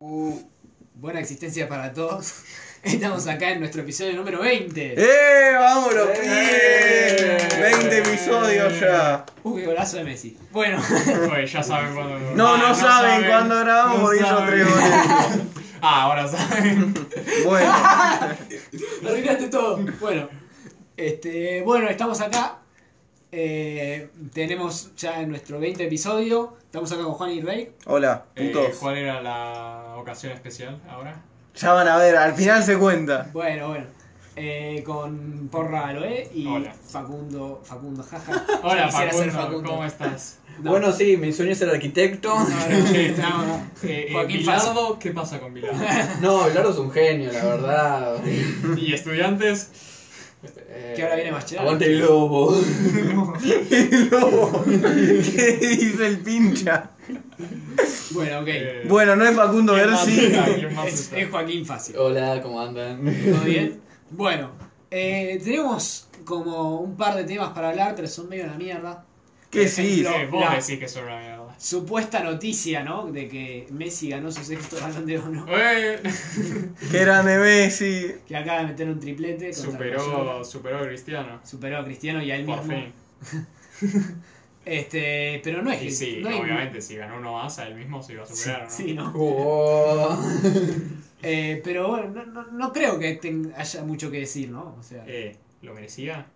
Uh, buena existencia para todos. Estamos acá en nuestro episodio número 20. ¡Eh! ¡Vámonos, ¡Eh! pibes! 20 episodios ya. Uh, qué golazo de Messi. Bueno, Pues ya saben cuándo. No, Ah, no, saben cuándo grabamos No porque hizo saben. tres goles. Ah, ahora saben. Bueno, arruinaste todo. Bueno, este, bueno, estamos acá. Eh, tenemos ya nuestro 20 episodio. Estamos acá con Juan y Rey. hola, Eh, putos. ¿Cuál era la ocasión especial ahora? Ya van a ver, al final se cuenta. Bueno, bueno. Eh, con Porra Aloe y Hola. Facundo. Facundo, jaja. Ya Hola, quisiera Facundo, ser Facundo. ¿cómo estás? No. Bueno, sí, mi sueño es ser arquitecto. No, no, no. Eh, eh, Joaquín Bilardo, ¿qué pasa con Bilardo? No, Bilardo es un genio, la verdad. ¿Y estudiantes? Eh, Que ahora viene Mascherano. Aguante el lobo. El lobo. ¿Qué dice el pincha? Bueno, ok. Eh, Bueno, no es Facundo ¿quién más Versi. está? ¿Quién más Es, está? es Joaquín Fácil. Hola, ¿cómo andan? ¿Todo bien? Bueno, eh, tenemos como un par de temas para hablar, pero son medio una mierda. ¿Qué sí? Eh, vos La- decís que es una mierda. Supuesta noticia, ¿no? De que Messi ganó su sexto balón de oro. Eh, ¡Qué grande Messi! Que acaba de meter un triplete. contra Barcelona. superó, superó a Cristiano. Superó a Cristiano y a él Por mismo. fin. Este, pero no es Y que. sí, no hay- obviamente, si ganó uno más, a él mismo se iba a Sí, superar. ¿no? sí, no. Oh. Eh, pero bueno, no, no- no creo que ten- haya mucho que decir, ¿no? O sea, Eh, ¿Lo merecía?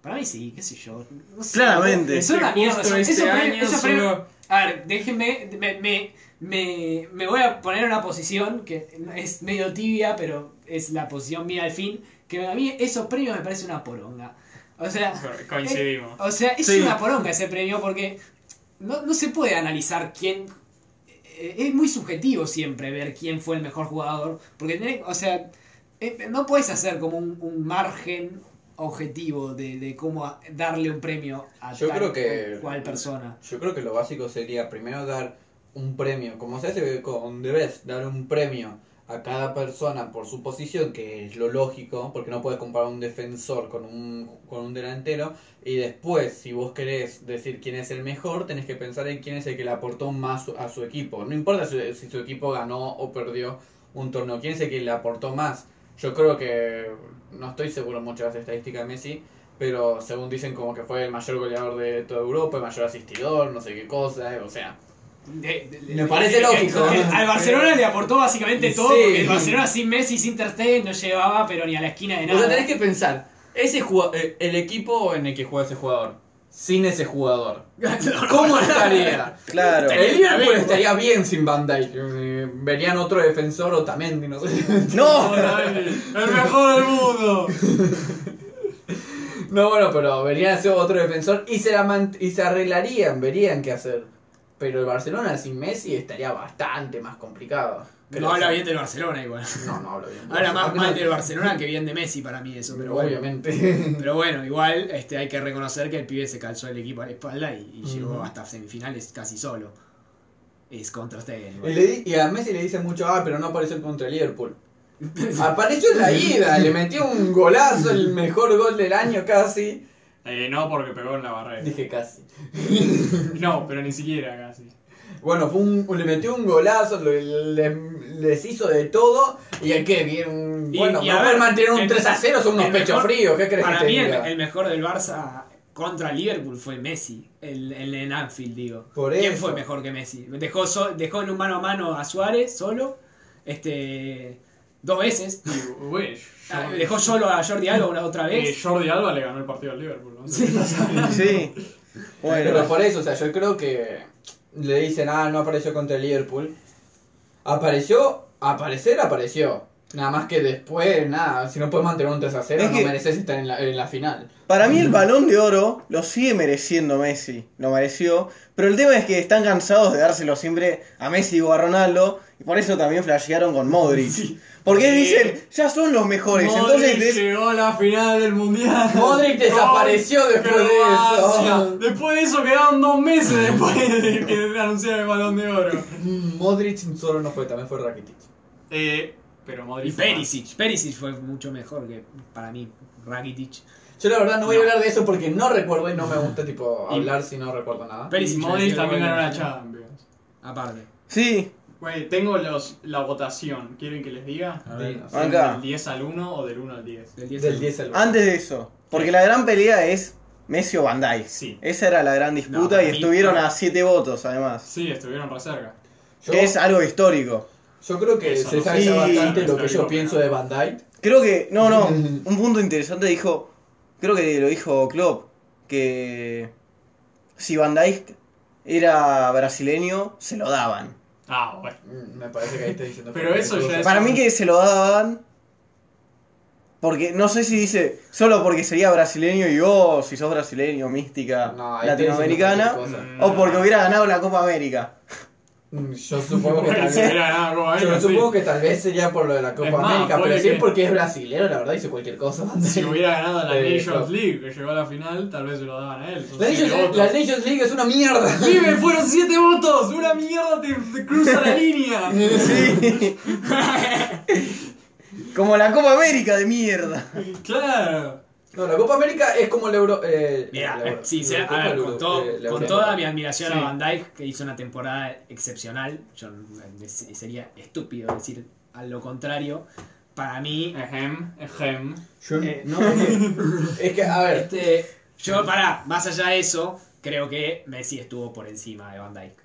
para mí sí, qué sé yo. No sé, Claramente. Es una Justo mierda. eso- este eso pre- año eso pre- solo- A ver, déjenme, me, me, me, me voy a poner en una posición que es medio tibia, pero es la posición mía al fin, que a mí esos premios me parece una poronga. O sea, Co- Coincidimos. o sea es Sí. una poronga ese premio porque no, no se puede analizar quién... eh, Es muy subjetivo siempre ver quién fue el mejor jugador, porque, tenés- o sea, eh, no puedes hacer como un, un margen objetivo de, de cómo a- darle un premio a Yo tal creo que- o cual persona. Yo creo que lo básico sería primero dar un premio, como se hace con Debes, dar un premio a cada persona por su posición, que es lo lógico, porque no puedes comparar un defensor con un, con un delantero, y después, si vos querés decir quién es el mejor, tenés que pensar en quién es el que le aportó más su- a su equipo. No importa si, si su equipo ganó o perdió un torneo, quién es el que le aportó más. Yo creo que, no estoy seguro mucho de las estadísticas de Messi, pero según dicen como que fue el mayor goleador de toda Europa, el mayor asistidor, no sé qué cosa, eh, o sea. De- de- de- Me parece lógico. que Al Barcelona le aportó básicamente todo. Sí. porque El Barcelona sin Messi, sin Ter Stegen no llevaba, pero ni a la esquina de O sea, nada. tenés que pensar, ese jugado- eh, el equipo en el que juega ese jugador, sin ese jugador, ¿cómo estaría? Claro. El Liverpool estaría bien sin Van Dijk. eh, Verían otro defensor o también, no sé. ¡No! ¡El mejor del mundo! No, bueno, pero verían a ser otro defensor y se, la man- y se arreglarían, verían qué hacer. Pero el Barcelona sin Messi estaría bastante más complicado. Creo No habla yo. bien del Barcelona igual. No, no habla bien. Habla más mal del Barcelona que bien de Messi para mí eso, pero bueno. Obviamente. Pero bueno, igual este, hay que reconocer que el pibe se calzó el equipo a la espalda y, y llegó hasta semifinales casi solo. Es contra Stegen. Y, igual. le di- y a Messi le dicen mucho, ah, pero no apareció contra el Liverpool. Apareció en la ida, le metió un golazo, el mejor gol del año casi. Eh, no, porque pegó en la barrera. Dije casi. No, pero ni siquiera casi. Bueno, fue un- le metió un golazo, lo- le- les hizo de todo. Y el que bien. Y- Bueno, y a mejor ver, mantener un el- 3 a 0 son unos el pechos mejor- fríos. ¿Qué crees Para que te mí el, diga? el mejor del Barça contra Liverpool fue Messi, el, el en Anfield digo. Por ¿Quién eso. fue mejor que Messi? Dejó, so- dejó en un mano a mano a Suárez solo, este dos veces. Y, güey, yo- Ah, Dejó solo a Jordi Alba una otra eh, vez. Jordi Alba le ganó el partido al Liverpool. ¿no? Sí. Pero Bueno. por eso, o sea, yo creo que le dicen, ah, no apareció contra el Liverpool. Apareció, aparecer apareció. Nada más que después, nada, si no puedes mantener un 3 a 0, Es no que- mereces estar en la, en la final. Para mí el balón de oro lo sigue mereciendo Messi, lo mereció, pero el tema es que están cansados de dárselo siempre a Messi o a Ronaldo, y por eso también flashearon con Modric. Porque Sí. dicen, ya son los mejores, Modric entonces... es- llegó a la final del mundial. Modric desapareció Con después de Croacia. eso. Después de eso quedaron dos meses después de que anunciaron el balón de oro. Mm, Modric solo no fue, también fue Rakitic. Eh, pero Modric. Y fue más. Perisic, Perisic fue mucho mejor que para mí Rakitic. Yo la verdad no voy No. a hablar de eso porque no recuerdo y no me gusta tipo hablar si no recuerdo nada. Perisic Y mereció Modric el también gol ganó de- la Champions. Aparte. Sí, Güey, tengo los, la votación. ¿Quieren que les diga? A De- ver, no. Acá. ¿Del 10 al 1 o del 1 al 10? Del 10 Del 10 al 1. Antes de eso, porque la gran pelea es Messi o Bandai. Sí. Esa era la gran No, disputa para y mí estuvieron no. a 7 votos además. Sí, estuvieron para cerca. Yo, Que es algo histórico. yo creo que Eso, se no sabe sé. ya Sí. bastante lo que Está bien. yo pienso de Bandai. Creo que, no, no, un punto interesante dijo, creo que lo dijo Klopp, que si Van Dijk era brasileño, se lo daban. Ah, bueno. Mm, Me parece que ahí está diciendo. Pero eso ya es- Para mí que se lo daban porque no sé si dice solo porque sería brasileño y oh, si sos brasileño, mística No, ahí está diciendo latinoamericana cualquier cosa. Mm, o porque hubiera ganado la Copa América. Mm, Yo supongo que Bueno, tal si vez. hubiera ganado Copa Yo América, sí. supongo que tal vez sería por lo de la Copa Es más, América, pero puede sí que- porque es brasilero, la verdad, hizo cualquier cosa. Si hubiera ganado la Eh, Nations no. League, que llegó a la final, tal vez se lo daban a él. Son La siete Nations, votos. la Nations League es una mierda. Sí, me fueron 7 votos! ¡Una mierda te, te cruza la línea! Sí. Como la Copa América de mierda. ¡Claro! No, la Copa América es como el Euro. Eh, Mira, el Euro- sí, sí, la Copa a ver, del con, Euro- todo- eh, la con Eurocopa. toda mi admiración Sí. a Van Dijk, que hizo una temporada excepcional, yo me- sería estúpido decir a lo contrario. Para mí, Ejem, ejem. eh, No, es que- es que, a ver, este, yo para más allá de eso, creo que Messi estuvo por encima de Van Dijk.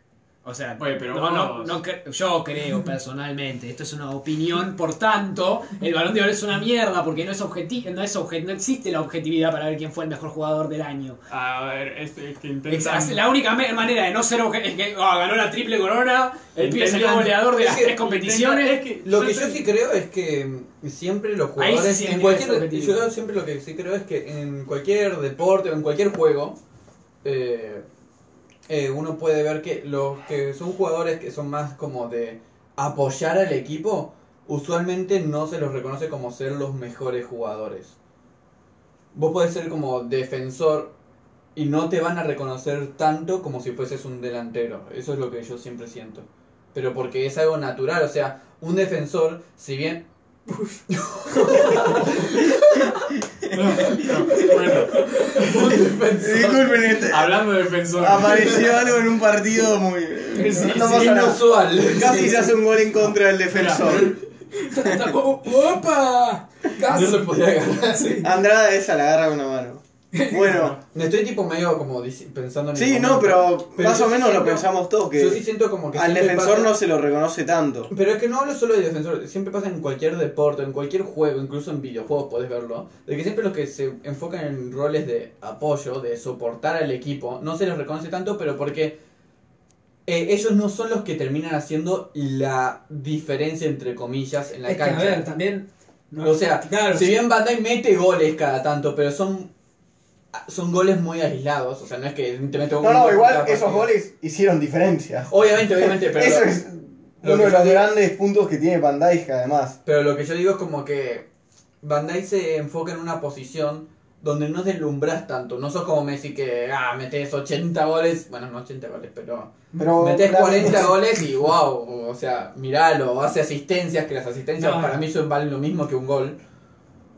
O sea, Oye, pero no, no, vos- no cre- yo creo personalmente, esto es una opinión, por tanto, el balón de oro es una mierda porque no es objetivo, no es obje- no existe la objetividad para ver quién fue el mejor jugador del año. A ver, es, es que intentan... Exacto, La única me- manera de no ser obje- es que ah, ganó la triple corona, el pibe salió Intentan- goleador de es las que tres competiciones. Intentan- es lo que yo estoy- sí creo es que mm, siempre los Ahí sí jugadores. sí en es cualquier, objetivo. yo siempre lo que sí creo es que en cualquier deporte o en cualquier juego. eh, eh, uno puede ver que los que son jugadores que son más como de apoyar al equipo, usualmente no se los reconoce como ser los mejores jugadores. Vos podés ser como defensor y no te van a reconocer tanto como si fueses un delantero. Eso es lo que yo siempre siento. Pero porque es algo natural, o sea, un defensor, si bien... No, no, bueno, Un defensor... Disculpen, este- hablando de defensor. apareció algo en un partido muy. Sí, no sí, pasa nada. inusual. Casi se hace un gol en contra del defensor. ¡Opa! Casi. No se podía agarrar. Andrada esa la agarra con una mano. Bueno, Estoy tipo medio como dic- pensando en el sí, no, momento. pero Pero más yo o sí menos lo siento- pensamos todos Yo sí que siento como que al siempre defensor pasa- no se lo reconoce tanto. Pero es que no hablo solo de defensor, siempre pasa en cualquier deporte, en cualquier juego, incluso en videojuegos podés verlo, de que siempre los que se enfocan en roles de apoyo, de soportar al equipo, no se les reconoce tanto, pero porque eh, ellos no son los que terminan haciendo la diferencia, entre comillas, en la Es que, cancha. a ver, también. no- O sea, claro, si sí. bien Van Dijk mete goles cada tanto, pero son son goles muy aislados, o sea, no es que te mete un No, no, gol igual cada esos partido. goles hicieron diferencia. Obviamente, obviamente, pero Eso es lo uno de que yo los digo- grandes puntos que tiene Van Dijk, además. Pero lo que yo digo es como que Van Dijk se enfoca en una posición donde no deslumbras tanto. No sos como Messi que, ah, metes 80 goles. Bueno, no 80 goles, pero... Pero metes la- 40 goles y wow. O sea, miralo. Hace asistencias, que las asistencias No, para no. mí son valen lo mismo que un gol.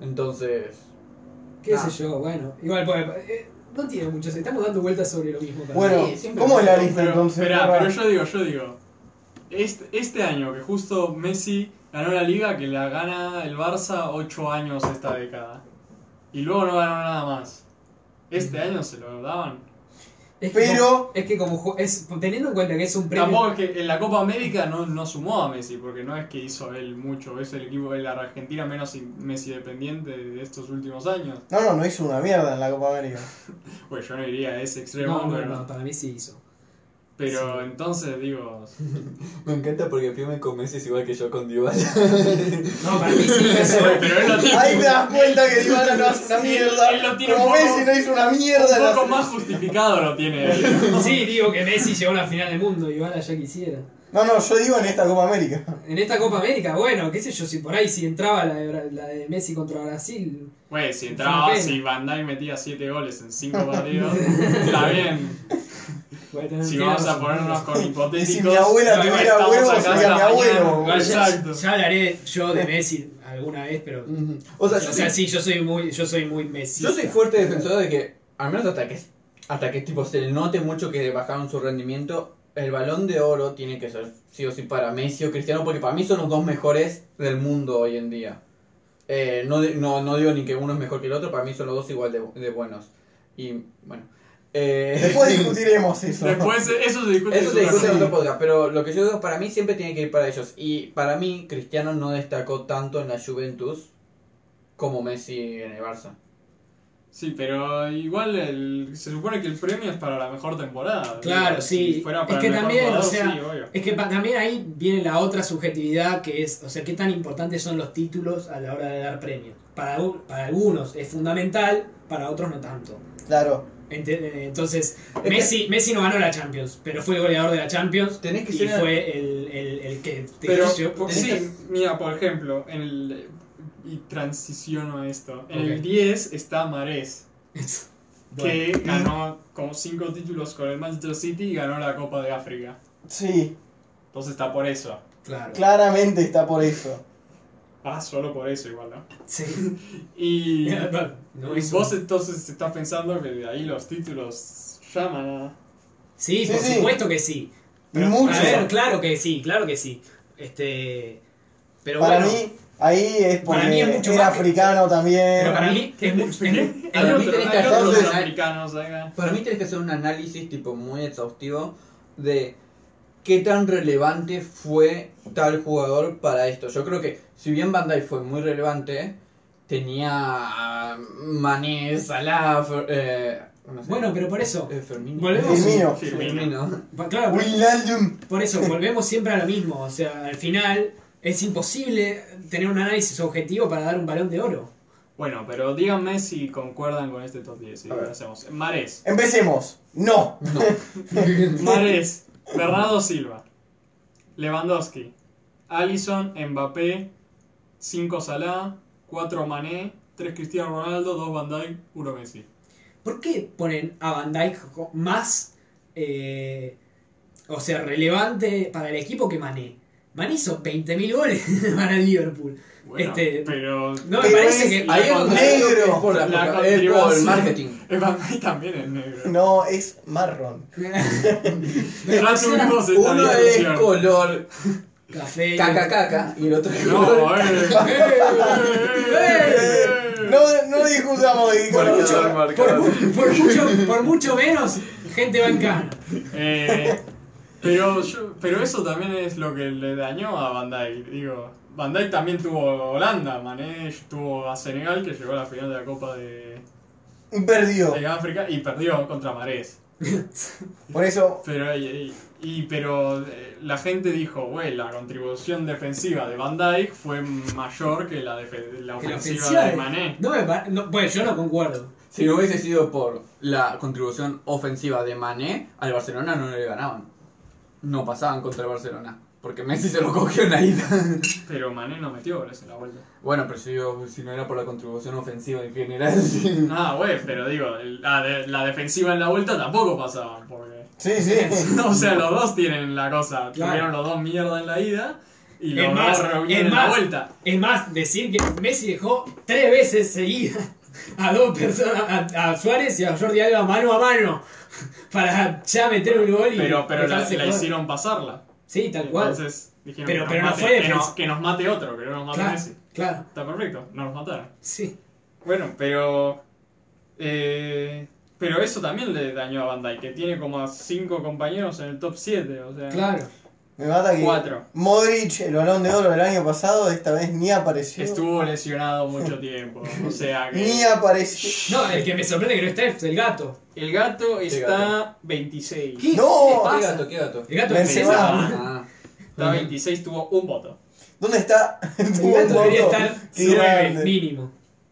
Entonces... Qué Ah. sé yo, bueno. Igual, pues, eh, no tiene mucho. Estamos dando vueltas sobre lo mismo. para Bueno, Sí, siempre ¿cómo es la pasa. lista Pero, entonces? esperá, Barra? pero yo digo, yo digo. Este, este año que justo Messi ganó la liga, que la gana el Barça 8 años esta década. Y luego no ganó nada más. Este año se lo daban. Es que Pero- como- es que como ju- es, teniendo en cuenta que es un premio. Tampoco es que en la Copa América no, no sumó a Messi, porque no es que hizo él mucho. Es el equipo de la Argentina menos in- Messi dependiente de estos últimos años. No, no, no hizo una mierda en la Copa América. Pues yo no iría a ese extremo, No, no, pero, no, para mí sí hizo. pero entonces digo. Me encanta porque Piume con Messi es igual que yo con Dybala. No, para mí sí hizo. Pero él lo tiene Ahí te das cuenta que Dybala no hace una mierda. Él lo tiene Como un poco- Messi no hizo una mierda en un la poco más justificado lo tiene él. Sí, digo que Messi llegó a la final del mundo, Ivana ya quisiera. No, no, yo digo en esta Copa América. En esta Copa América, bueno, qué sé yo, si por ahí si entraba la de, Bra- la de Messi contra Brasil. Güey, si Una entraba, pena. si Van Dijk metía 7 goles en 5 partidos, está bien. bueno, Si tiene vamos a razón. ponernos con Y hipotéticos. si mi abuela no tuviera estamos huevos, acá sería mi hasta abuelo. mañana. Exacto. Ya hablaré yo de Messi alguna vez, pero. O sea, o yo sea, soy, sí, yo soy muy, yo soy muy Messi. yo soy fuerte defensor de que, al menos hasta que, hasta que tipo se note mucho que bajaron su rendimiento, el balón de oro tiene que ser sí o sí para Messi o Cristiano, porque para mí son los dos mejores del mundo hoy en día. Eh, no, di- no, no digo ni que uno es mejor que el otro, para mí son los dos igual de, de buenos. Y bueno. eh, Después discutiremos eso. Después eh, eso se discute. Eso se en su discute en casa. otro podcast, pero lo que yo digo para mí siempre tiene que ir para ellos. Y para mí, Cristiano no destacó tanto en la Juventus como Messi en el Barça. Sí, pero igual el- se supone que el premio es para la mejor temporada. Claro, Digo, sí. Si fuera Es para que el mejor también, jugador, o sea, sí, obvio. Es que pa- también ahí viene la otra subjetividad que es, o sea, qué tan importantes son los títulos a la hora de dar premios. Para, u- para algunos es fundamental, para otros no tanto. Claro. Ente- eh, Entonces, Es que- Messi, Messi no ganó la Champions, pero fue goleador de la Champions Tenés que y ser- fue el, el- el que te ¿eh? Pero, hizo- po- tenés sí, que- mira, por ejemplo, en el, y transiciono a esto. En Ok. el 10 está Marés, Bueno, que ganó como 5 títulos con el Manchester City y ganó la Copa de África. Sí, Entonces está por eso. claro. claramente está por eso. Ah, solo por eso igual, ¿no? Sí. Y No, y es vos un- entonces estás pensando que de ahí los títulos llaman a... Sí, Sí, por sí. supuesto que sí. Pero, Mucho. A ver, claro que sí, claro que sí. Este, pero para bueno, mí, ahí es porque Para mí es mucho era más que- africano también. pero para mí es mucho. Hay Para mí otro- tenés que hay hacer otros un- africanos acá. Para mí tenés que hacer un análisis tipo muy exhaustivo de qué tan relevante fue tal jugador para esto. Yo creo que si bien Van Dijk fue muy relevante, tenía Mané, Salah, Fer- eh, no sé. Bueno, pero por eso, Eh, Firmino. Volvemos- Firmino. Firmino. pa- claro, por- Wijnaldum. por eso volvemos siempre a lo mismo. O sea, al final es imposible tener un análisis objetivo para dar un balón de oro. Bueno, pero díganme si concuerdan con este top 10. Y A ver. lo hacemos. Marés. Empecemos. No. No. Marés. Bernardo Silva. Lewandowski. Allison, Mbappé. 5 Salah. 4 Mané. 3 Cristiano Ronaldo. 2 Van Dijk. 1 Messi. ¿Por qué ponen a Van Dijk co- más, eh, o sea, relevante para el equipo que Mané? Mané hizo 20.000 goles para el Liverpool. Bueno, Este- pero... No, me Pero parece es- que... Ahí es donde Negro. creo que es por la- La por- es por el contribución. marketing. Van Dijk también es negro. No, es marrón. Ya tuvimos esta Uno es discusión. color Café. caca caca y el otro es color. No, eh. Eh, eh. No, no discutamos de Marcador, mucho. Por, marcador. mu- por mucho, por mucho menos, gente bancana. Eh, pero, yo- pero eso también es lo que le dañó a Van Dijk. Digo, Van Dijk también tuvo Holanda, Mané tuvo a Senegal que llegó a la final de la Copa de, Y perdió. de África y perdió contra Marés. Por eso, Pero, y, y- pero eh, la gente dijo, güey, la contribución defensiva de Van Dijk fue mayor que la, defe- la Que la ofensiva ofensiva de es- Mané. No me pa- no, Bueno, yo no concuerdo. Si no hubiese sido por la contribución ofensiva de Mané, al Barcelona no le ganaban. No pasaban contra el Barcelona. Porque Messi se lo cogió en la ida. Pero Mané no metió goles en la vuelta. Bueno, pero si, yo- si no era por la contribución ofensiva en general. Ah, güey, pero digo, el- la, de- la defensiva en la vuelta tampoco pasaba. Porque... sí, sí. O sea, los dos tienen la cosa. Claro. Tuvieron los dos mierda en la ida y Es los más, dos reunieron es en la más. vuelta. Es más, decir que Messi dejó tres veces seguida a dos personas, a, a Suárez y a Jordi Alba mano a mano, para ya meter un gol y. Pero, pero la, dejarse la jugar. hicieron pasarla. Sí, tal cual. Entonces dijeron Pero- que, pero no nos fue mate, que, defensa. nos, que nos mate otro, que no nos mate Claro, Messi. claro, Está perfecto, no nos mataron. sí. Bueno, pero. eh, pero eso también le dañó a Bandai, que tiene como a 5 compañeros en el top 7, o sea. Claro. Me mata que Cuatro. Modric, el balón de oro del año pasado, esta vez ni apareció. Estuvo lesionado mucho tiempo. O sea que. Ni apareció. No, el que me sorprende que no está es el gato. El gato está 26. ¿Qué? No, ¿Qué qué pasa? ¿Qué gato? ¿Qué gato? El gato Benzema. Benzema. Está Ah, 26, tuvo un voto. ¿Dónde está? El Tuvo un gato debería voto. estar Qué nueve grande. mínimo.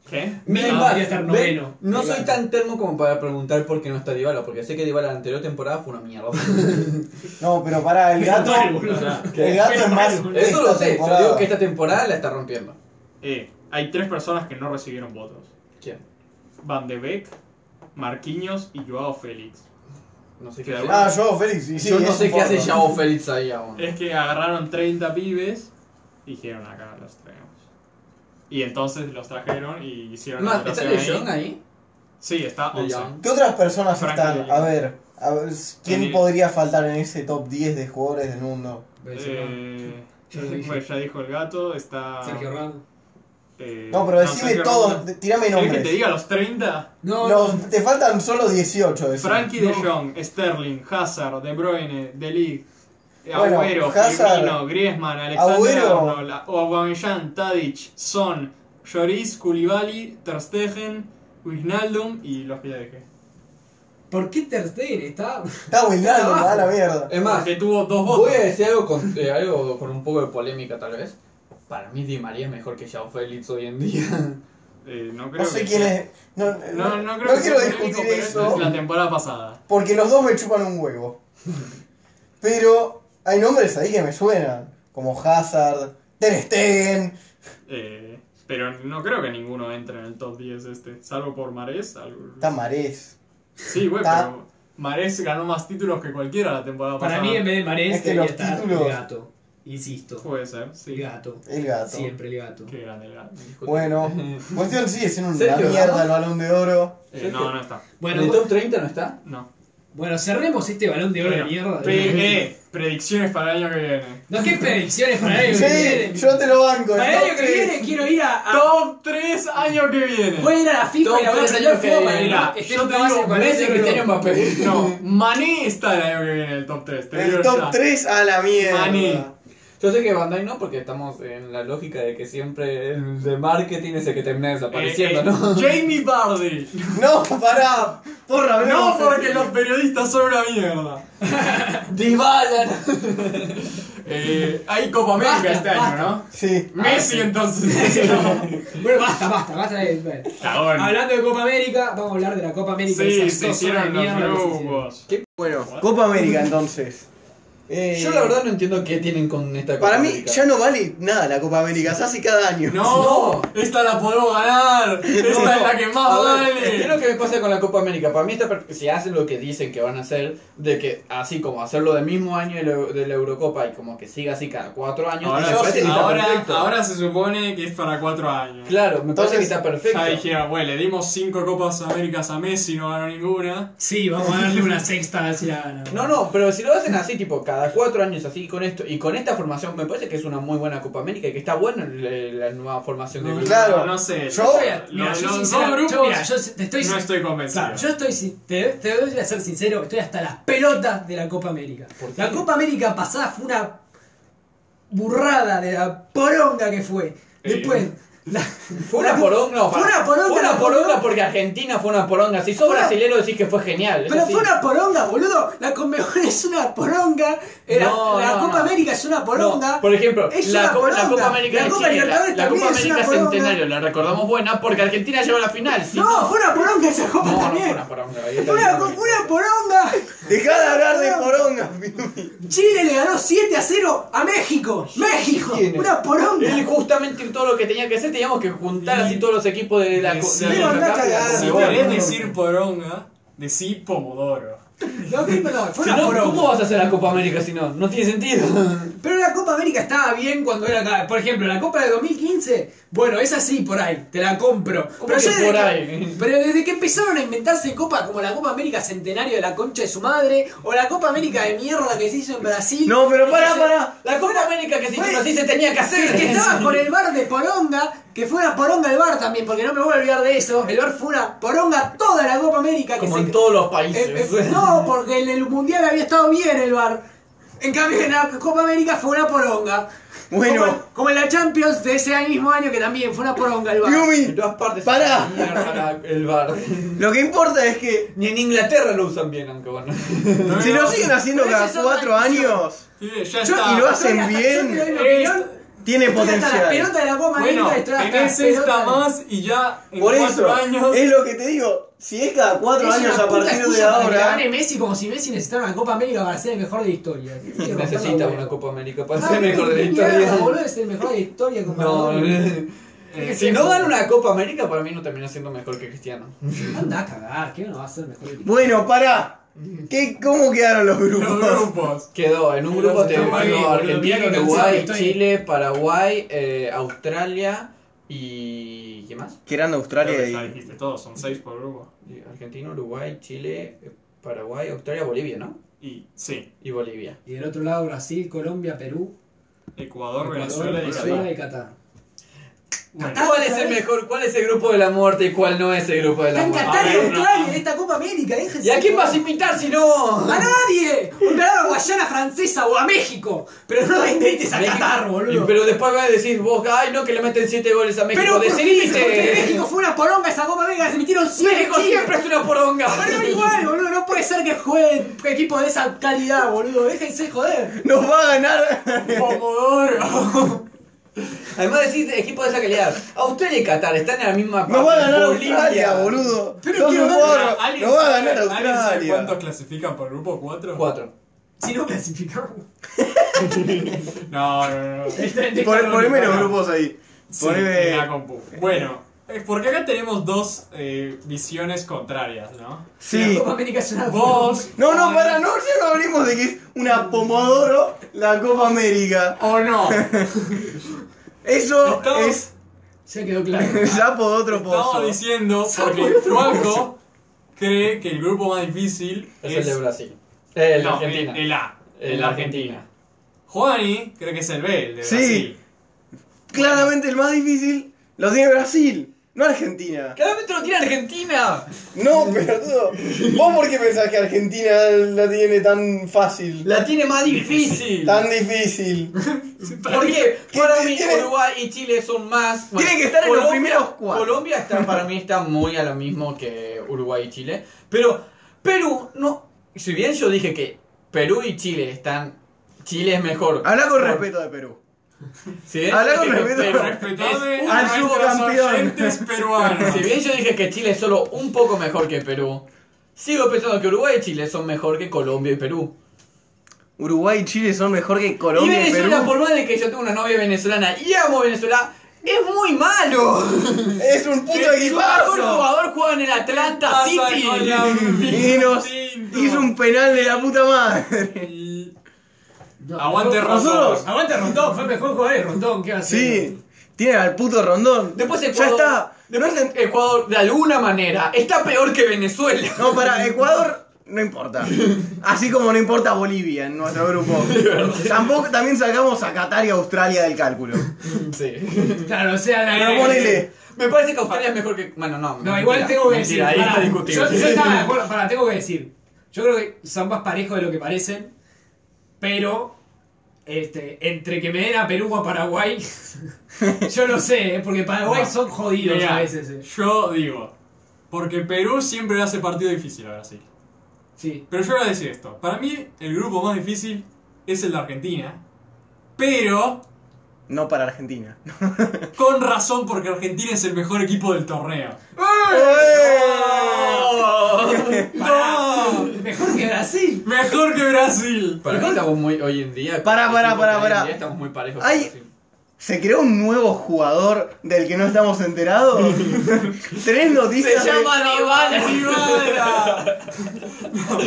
¿Qué? Mínimo Dybala, debería estar ¿ven? noveno. No soy Dybala. tan termo como para preguntar por qué no está Dybala, porque sé que Dybala la anterior temporada fue una mierda. No, pero pará, el Menos gato. mal, boludo. El gato Menos es más. mal. Eso lo esta sé, yo temporada. digo que esta temporada la está rompiendo. Eh, hay tres personas que no recibieron votos. ¿Quién? Van de Beek, Marquinhos y Joao Félix. No sé qué qué hace. Ah, yo, Félix. sí, sí, Yo no es sé un qué hace forro. Yao Félix ahí aún. Es que agarraron 30 pibes y dijeron acá los traemos. Y entonces los trajeron y hicieron Más, la ¿Está votación ahí. Leyón ahí? Sí, está De 11. Jong. ¿Qué otras personas Frank están? Riley. A ver, a ver, ¿quién Riley. podría faltar en ese top 10 de jugadores del mundo? Eh, Yo lo dije. bueno, ya dijo el gato, está... Sergio Ramos. eh, No, pero decime Sergio todos, Ramos. de- tirame ¿Querés que nombres. te diga los 30? No, No, no. te faltan solo 18 de Frankie de Jong, Sterling, Hazard, De Bruyne, De Lig, Bueno, Agüero, Hazard- Firmino, Griezmann, Alexander Agüero. Arnold, A- Aubameyang, Tadic, Son, Lloris, Koulibaly, Ter Stegen, Wijnaldum y los que ya dejé. ¿Por qué Ter Stegen está? Está Winaldo, abajo. a la mierda. Es más, Ah, Que tuvo dos voy votos. a decir algo con, eh, algo con un poco de polémica tal vez. Para mí Di María es mejor que Joao Félix hoy en día. Eh, no creo No sé que- quién es. No, No, no, creo que sea quiero polémico, discutir pero eso. Es la temporada pasada. Porque los dos me chupan un huevo. Pero hay nombres ahí que me suenan. Como Hazard, Ter Stegen. Eh, pero no creo que ninguno entre en el top 10 este. Salvo por Marés. algo- Está Marés. Sí, güey, Está- pero Marés ganó más títulos que cualquiera la temporada Para pasada. mí, en vez de Marés, Es que debería los estar títulos- el gato. Insisto. Puede ser, sí. El gato. El gato. Siempre el gato. Qué grande el gato. Bueno, cuestión sigue siendo una Sergio mierda Ramos. el balón de oro. Eh, Sergio. no, no está. ¿En Bueno, el top 30 no está? No. bueno, cerremos este balón de oro de Bueno, mierda. pe- eh, predicciones para el año que viene. No, qué predicciones para el año que Sí, viene. yo te lo banco. Para el top año que tres. viene quiero ir a. a- Top 3 año que viene. Voy a ir a la FIFA y la voy a Top sacar tres años fuego que para que viene. no Yo esté te más digo, el balón Messi, de oro. Cristiano, Mbappé. No, Mané está el año que viene en el top 3. Te digo El top ya. Eh, 3 a la eh, mierda. Maní. Yo sé que Bandai no, porque estamos en la lógica de que siempre el de marketing es el que termina Eh, desapareciendo, eh, ¿no? Jamie Bardi. No, pará. No, Porra, hablemos porque en los serio. periodistas son una mierda. Dybala. Eh, hay Copa América Basta, Ah, este año, ¿no? Sí. Messi entonces. Bueno, basta, basta, basta. de- bueno. Cagón. Hablando de Copa América, vamos a hablar de la Copa América. de Sí, esas se cosas de hicieron los mierda que se hicieron. grupos. Bueno, Copa América entonces. Eh, Yo la verdad no entiendo qué tienen con esta Copa Para mí América. ya no vale nada la Copa América, se hace cada año. No, No. esta la podemos ganar. Esta es la que más A ver, vale. ¿Qué es lo que me pasa con la Copa América? Para mí está per- si hacen lo que dicen que van a hacer, de que así como hacerlo del mismo año de la, de la Eurocopa y como que siga así cada cuatro años, Ahora, me parece que está ahora, perfecto. ahora se supone que es para cuatro años. Claro, me parece que Entonces, está perfecto. Ya dijeron, bueno, le dimos cinco Copas Américas a Messi, no ganó ninguna. Sí, vamos a darle una sexta a ver si la gana. No, no, pero si lo hacen así, tipo, cada cuatro años así con esto y con esta formación, me parece que es una muy buena Copa América y que está buena la, la nueva formación de No, grupo. claro. no, no sé. Yo- Los- Mira, mira, los yo dos sincera- grupos yo, mira, yo te estoy no estoy convencido. Claro, yo estoy, sin- te, te voy a ser sincero, estoy hasta las pelotas de la Copa América. ¿Por qué? La Copa América pasada fue una burrada de la poronga que fue. Después, Eh. la- Fue una la- poronga, no, Fue para- una poronga. Fue una la poronga porque Argentina fue una poronga. Si sos Fue una- brasilero decís que fue genial. es Pero así. fue una poronga, boludo. La Conmebol es una poronga. eh, la- No, la no, Copa no. América es una poronga. No, por ejemplo, Es la, una Copa- la poronga. Copa América La de Copa Chile, Libertadores la, la también Copa es una América poronga. Centenario, la recordamos buena porque Argentina llegó a la final. si no, fue una poronga esa Copa no, no también. fue una poronga. ahí está Una, bien. una poronga. Dejá de hablar de poronga, Piumi. Chile le ganó 7 a 0 a México. México. ¿Quién? Una poronga. Él justamente todo lo que tenía que hacer, teníamos que juntar así todos los equipos de la... Sí, de la- pero andá a de la- cagar. de Si la- querés de la- decir poronga, decí pomodoro. No, que- no, fue Si una no, poronga. ¿cómo vas a hacer la Copa América si no? No tiene sentido. Pero la Copa América estaba bien cuando era acá. Por ejemplo, la Copa de 2015, bueno, es así por ahí, te la compro. ¿Cómo Pero, que yo desde por que- ahí? pero desde que empezaron a inventarse copas como la Copa América Centenario de la concha de su madre, o la Copa América de mierda que se hizo en Brasil. No, pero pará, que pará. La Copa América que si fue- no así se tenía que se- hacer. Que, que estaba con el bar de Poronga, que fue una poronga el bar también, porque no me voy a olvidar de eso. El bar fue una poronga toda la Copa América. Que Como se- en todos los Eh, países. eh, no, porque en el Mundial había estado bien el bar. En cambio, en la Copa América fue una poronga. Bueno. Como, como en la Champions de ese mismo año que también fue una poronga el bar. En Piumi, todas partes. Pará. Para el bar. lo que importa es que Ni en Inglaterra lo usan bien, aunque bueno. No, si no, lo siguen haciendo pero cada esa es cuatro otra discusión. años, sí, Ya Yo- está. y lo hacen Yo te doy bien. mi opinión, tiene estoy Este, hasta la potencial. pelota de la Copa Bueno, América. estoy hasta la tenés esta pelota de- más y ya en Por cuatro eso, años. es lo que te digo. Si es cada cuatro Es una años a puta partir de excusa para que ahora, gane Messi como si Messi necesitara una Copa América para ser el mejor de la historia. Y Necesita una Copa América para ser América. mejor de la Ah, Boludo, historia. es el mejor de la historia. No, comparador. Eh, si no gana una Copa América, para mí no termina siendo mejor que Cristiano. Anda a cagar, que no va a ser mejor de la historia. bueno, pará. ¿Qué, ¿Cómo quedaron los Los grupos? grupos. Quedó en un grupo te Estamos ahí, ganó boludo, mirá Argentina, lo cansado que Uruguay, estoy. Chile, Paraguay, eh, Australia ¿Y qué más? Quieran Creo Australia que ya y. dijiste todos, son seis por grupo. Y Argentina, Uruguay, Chile, eh, Paraguay, Australia, Bolivia, ¿no? Y sí, Y Bolivia. Y del otro lado Brasil, Colombia, Perú, Ecuador, Ecuador, Venezuela y Venezuela Brasil. y Qatar. Bueno, ¿Cuál es el mejor? ¿Cuál es el grupo de la muerte y cuál no es el grupo de Está la en muerte? Qatar y Ah, bueno. Australia en esta Copa América, déjense. ¿Y a quién joder. vas a invitar si no? ¡A nadie! Un ganado a Guayana Francesa o a México. Pero no invites a México- Qatar, Y- boludo. Pero después vas a decir vos, ay no, que le meten 7 goles a México. Pero porque, Decidite. porque México fue una poronga esa Copa América, se metieron 100 México siempre es una poronga. Pero igual, boludo, no puede ser que jueguen equipos de esa calidad, boludo. Déjense joder. ¡Nos va a ¡Ah, ganar! Pomodoro. Además decís equipo de esa calidad. Australia y Qatar están en la misma ¡Nos va a ganar Bolivia. Australia, boludo! Pero ¡Sos quiero un ver- forro! ¿Alguien ¡Nos va a sabe- ganar ¿alguien sabe ¿Cuántos Australia! clasifican por grupo? ¿Cuatro? Cuatro. Si no clasificamos. No, no, no. no. Y pon- Poneme los grupos ahí. Sí, Poneme. la compu. Bueno, es porque acá tenemos dos eh, visiones contrarias, ¿no? La Sí. Copa América es una Vos. No, no, o- para, no, ya no hablemos de que es una Pomodoro la Copa América. O no. Eso Estamos- es. Ya quedó claro. Ya por otro Estamos pozo. diciendo porque Juanjo cree que el grupo más difícil Es, es. el de Brasil. Eh, El de no, Argentina. el- el A. El El de Argentina. Juani cree que es el B, el de Sí. Brasil. Claramente el más difícil lo tiene Brasil, no Argentina. Claramente lo tiene Argentina. No, pero ¿Vos por qué pensás que Argentina la tiene tan fácil? La tiene más difícil. Tan difícil. Porque ¿Qué para tiene- mí tiene- Uruguay y Chile son más. Tiene que estar en los primeros cuatro. Colombia está, para mí está muy a lo mismo que Uruguay y Chile. Pero Perú, no. Si bien yo dije que Perú y Chile están. Chile es mejor. Habla con Por- respeto de Perú. Si bien Habla yo con dije que respeto. Perú Respetame es Al a nuestros subcampeón. oyentes peruanos. Si bien yo dije que Chile es solo un poco mejor que Perú, sigo pensando que Uruguay y Chile son mejor que Colombia y Perú. Uruguay y Chile son mejor que y Colombia y Venezuela, Perú. por más de que yo tengo una novia venezolana y amo Venezuela, es muy malo. Es un puto Su mejor equipazo. jugador juega en el Atlanta Pasa City. con la- Y nos Tinto. hizo un penal de la puta madre. Y- No, Aguante fue- Nosotros- Rosón. Aguante Rondón, fue el mejor jugador de Rondón, ¿qué va a hacer? Sí. Tienen al puto rondón. Después ya Ecuador. está. No, es- Ecuador, de alguna manera, está peor que Venezuela. no, para Ecuador no importa. Así como no importa Bolivia en nuestro grupo. Tampoco también sacamos a Qatar y Australia del cálculo. Claro, o sea, la Pero ponele. Me parece que Australia es mejor que. Bueno, no. No, igual tengo que decir. Ahí está pará, discutible. yo, yo estaba de acuerdo, pará, tengo que decir. Yo creo que son más parejos de lo que parecen, pero este, entre que me den a Perú o a Paraguay, yo no sé, ¿eh? porque Paraguay No. son jodidos Mirá, a veces. ¿eh? Yo digo, porque Perú siempre le hace partido difícil a Brasil. Sí. Pero yo voy a decir esto. Para mí, el grupo más difícil es el de Argentina. Pero, No para Argentina. con razón, porque Argentina es el mejor equipo del torneo. Pará, Mejor que Brasil. Mejor que Brasil. Para mí estamos muy. Hoy en día. Pará, pará, pará, hoy en pará. día Estamos muy parejos. Ay. ¿Se creó un nuevo jugador del que no estamos enterados? ¿Tenés Se noticias? de- llama Dybala. No.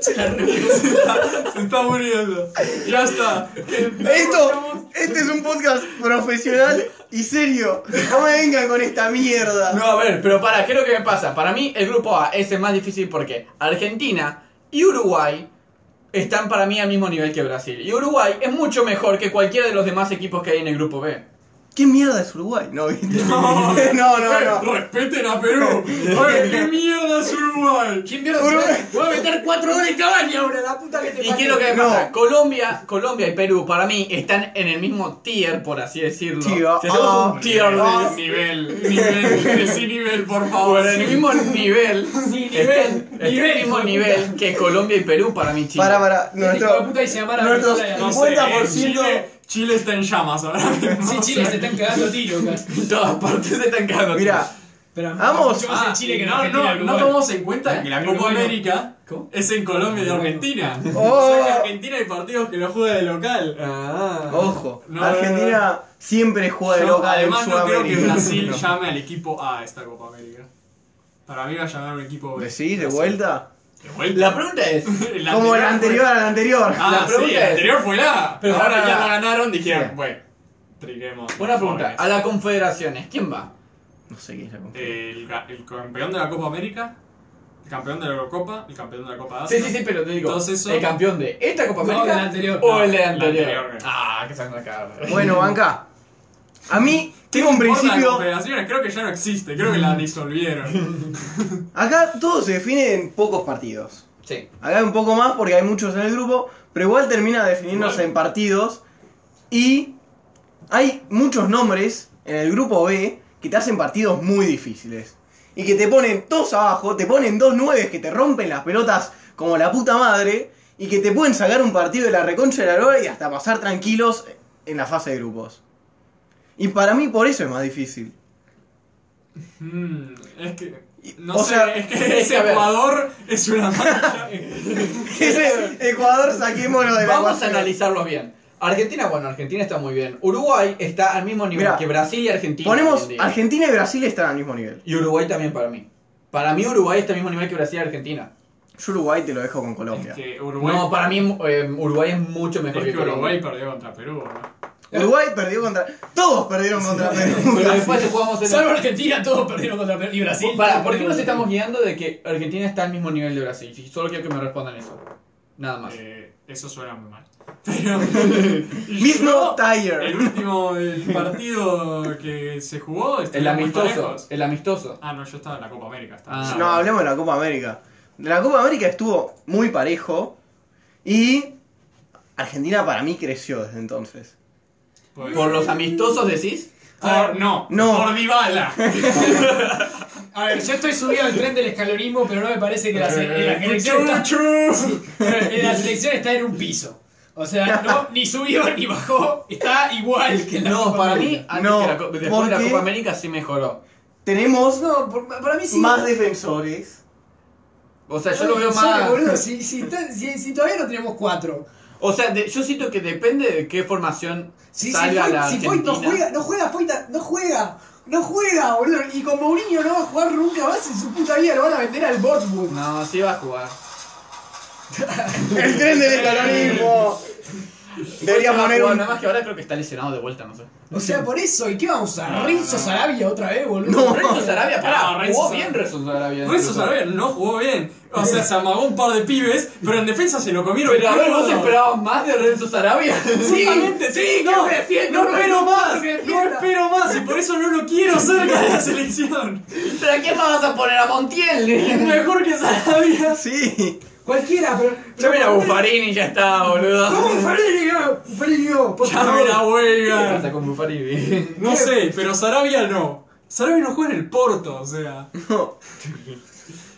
Se está muriendo. Ya está. Esto, este es un podcast profesional y serio. No me vengan con esta mierda. No, a ver, pero para, ¿qué es lo que me pasa? Para mí el grupo A es el más difícil porque Argentina y Uruguay están para mí al mismo nivel que Brasil. Y Uruguay es mucho mejor que cualquiera de los demás equipos que hay en el grupo B. ¿Qué mierda es Uruguay? No, ¿viste? no, no, no. Eh, Respeten a Perú. Oye, ¿Qué mierda es Uruguay? ¿Quién vio Voy a meter 4 goles cabaña ahora, la puta que te ¿Y parió. qué es lo que me No. pasa? Colombia, Colombia y Perú para mí están en el mismo tier, por así decirlo. Tier Si hacemos A. un tier Ah. de... Nivel, nivel, decí nivel, por favor. Bueno, en el mismo nivel, Sí, está en- nivel, está en nivel, el mismo hijo de nivel que Colombia y Perú para mí, Chile. Para, para. Este hijo de Nuestro, puta dice llamar a nuestros- Venezuela. No sé, 50%. Chile, Chile está en llamas ahora mismo. Sí, Chile se están cagando tiros casi. En todas partes se están cagando. mira, Pero Vamos. mucho más Ah, en Chile que en no, Argentina, no, no Uruguay. tomamos en cuenta que la ¿Eh? Copa Uruguay no. América ¿Cómo? es en Colombia y Argentina. Oh. O sea que Argentina hay partidos que lo juega de local. Ah. ojo, No, Argentina no, siempre juega de Yo, local en además, no creo que Sudamérica. Brasil llame al equipo A a esta Copa América. Para mí va a llamar un equipo B. ¿Decís de Brasil. vuelta? ¿De vuelta? La pregunta es... El Como el fue- anterior al anterior. Ah, La pregunta sí, el es- anterior fue la A. Pero ahora para- ya la ganaron, dijeron, Sí. bueno. triquemos. Buena pregunta. A las confederaciones, ¿quién va? No sé quién es la conf- El, ga- el campeón de la Copa América, el campeón de la Eurocopa, el campeón de la Copa Sí, Asia. sí, sí, pero te digo, Entonces, eso- ¿el campeón de esta Copa No, América del anterior. o el de No, anterior? el anterior. Ah, que se van a cagar. Bueno, banca. A mí tengo un No importa las principio. confederaciones, creo que ya no existe, creo que la Mm. disolvieron. Acá todo se define en pocos partidos. Sí. Acá hay un poco más porque hay muchos en el grupo, pero igual termina definiéndose Igual. en partidos. Y hay muchos nombres en el grupo B que te hacen partidos muy difíciles. Y que te ponen todos abajo, te ponen dos nueves que te rompen las pelotas como la puta madre. Y que te pueden sacar un partido de la reconcha de la lora y hasta pasar tranquilos en la fase de grupos. Y para mí por eso es más difícil. Mm, es que. No O sé, sea, es es que que, ese a ver. Ecuador es una mancha. Ese Ecuador saquémoslo de la Vamos a ecuación. analizarlo bien. Argentina, bueno, Argentina está muy bien. Uruguay está al mismo nivel Mirá, que Brasil y Argentina. hoy Ponemos en día. Argentina y Brasil están al mismo nivel. Y Uruguay también para mí. Para mí Uruguay está al mismo nivel que Brasil y Argentina. Yo Uruguay te lo dejo con Colombia. Es que Uruguay. No, para mí eh, Uruguay es mucho es mejor que que Colombia. Uruguay perdió contra Perú, ¿no? Uruguay perdió contra. Todos perdieron contra Perú. Pero después jugamos en... Salvo Argentina, todos perdieron contra Perú y Oh, Brasil. Pará, ¿por qué nos estamos guiando de que Argentina está al mismo nivel de Brasil? Si Solo quiero que me respondan eso. Nada más. Eh, eso suena muy mal. Pero. Mismo El Tire. último el partido que se jugó este, el estuvieron muy amistoso. parejos. El amistoso. Ah, no, yo estaba en la Copa América. estaba. Ah. No, hablemos de la Copa América. La Copa América estuvo muy parejo. Y. Argentina para mí creció desde entonces. Por- ¿Por los amistosos decís? por- Ah, no, No. por Dybala. A ver, yo estoy subido al tren del escalonismo, pero no me parece que la, Eh, se- en la selección está... en la selección está en un piso. O sea, no, ni subió ni bajó, está igual que en la No, Copa para mí, América. antes No, que la, co- después de la porque- Copa América sí mejoró. Tenemos No, por- para mí sí. más defensores. O sea, Ay, yo lo veo sorry, más. boludo, si, si está- si- si todavía no tenemos cuatro. O sea, de- yo siento que depende de qué formación Si, si, salga Foyt- la si Argentina. Foyt no juega, no juega, Foyta, no juega. No juega, boludo. Y con Mourinho no va a jugar nunca más en su puta vida. Lo van a vender al Bournemouth. No, sí va a jugar. El tren del escalonismo. Debería Sí va a poner jugar, un. Nada más que ahora creo que está lesionado de vuelta, no sé. O sea, por eso. ¿Y qué vamos a usar? Renzo Sarabia otra vez, No. boludo. Renzo Sarabia, pará, No, Renzo jugó Sarabia. bien Renzo Sarabia. Renzo Sarabia no jugó bien. O sea, se amagó un par de pibes, pero en defensa se lo comieron. Pero a ver, ¿vos crudo. esperabas más de Renzo Sarabia? Justamente, sí, no, defienda, no espero más, que no defienda. espero más, y por eso no lo quiero cerca de la selección. ¿Pero a quién más vas a poner? ¿A Montiel? Mejor que Sarabia. Sí. Cualquiera, pero. Llamen a Buffarini y ya está, ¿Cómo boludo. Buffarini? no? Buffarini, no, por favor. Llamen a ¿Qué huelga. pasa con Buffarini? No sé, pero Sarabia no. Sarabia no juega en el Porto, o sea. No.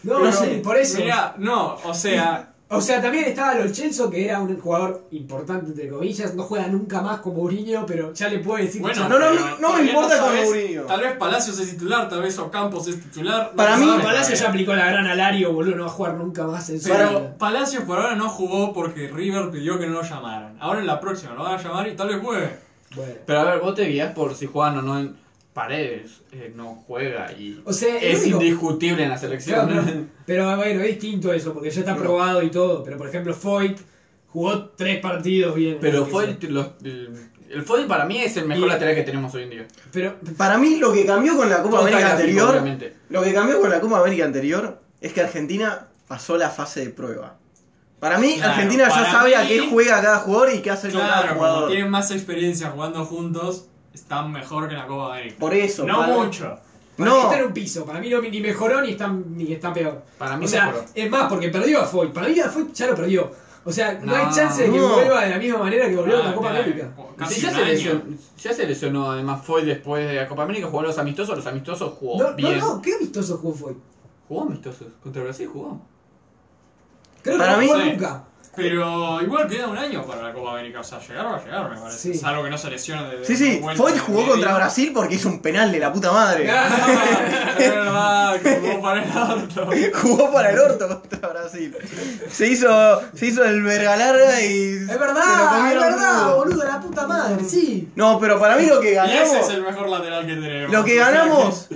No, Pero, sí, por eso. Mirá, no, o sea, O sea, también estaba Lochelso, que era un jugador importante, entre comillas. No juega nunca más con Mourinho, pero ya le puede decir bueno. No, no, pero no me todavía importa con sabes, Mourinho. Tal vez Palacios es titular, tal vez Ocampos es titular. no Para se mí- sabe. Palacio ya aplicó la gran alario, boludo, no va a jugar nunca más en su vida. Pero Palacios por ahora no jugó porque River pidió que no lo llamaran. Ahora en la próxima lo van a llamar y tal vez juegue. Bueno. Pero a ver, vos te guías por si juegan o no en Paredes. eh, no juega y O sea, es el único- indiscutible en la Claro, selección. claro. Pero bueno, es distinto eso, porque ya está probado y todo. Pero por ejemplo, Foyt jugó tres partidos bien. Pero lo que fue sea. el, los- el, el Foyt para mí es el mejor Y- lateral que tenemos hoy en día. Pero Para mí lo que cambió con la Copa Todo América está gráfico, anterior. obviamente. Lo que cambió con la Copa América anterior es que Argentina pasó la fase de prueba. Para mí, Claro, Argentina para ya sabe a mí- qué juega cada jugador y qué hace con cada Claro, como jugador. tienen más experiencia jugando juntos, están mejor que en la Copa América. Por eso, No para- mucho. para mí No, está en este un piso. Para mí no, ni mejoró ni está, ni está peor. Para mí o sea, mejoró. es más, porque perdió a Foyt. Para mí a Foyt ya lo perdió. O sea, no, No, hay chance de que no. vuelva de la misma manera que volvió a la Ah, Copa claro, América. Casi Sí, ya, un se año. lesionó, ya se lesionó además Foyt después de la Copa América, jugó a los amistosos, los amistosos jugó No, no, Oh, bien. no, qué amistoso jugó Foy. Jugó amistosos, contra Brasil jugó. Creo Para que mí- no jugó Sí. nunca. Pero igual queda un año para la Copa América. O sea, llegar va a llegar, me parece. Sí. Salvo que no se lesione de. sí, sí, vuelta Foyt de jugó medio. contra Brasil porque hizo un penal de la puta madre. Ah, es verdad, jugó para el orto. Jugó para el orto contra Brasil. Se hizo, se hizo el verga larga y. Es se lo verdad, es comieron verdad, crudo. boludo, la puta madre, sí. No, pero para mí lo que Y ese ganamos. es el mejor lateral que tenemos. Lo que ganamos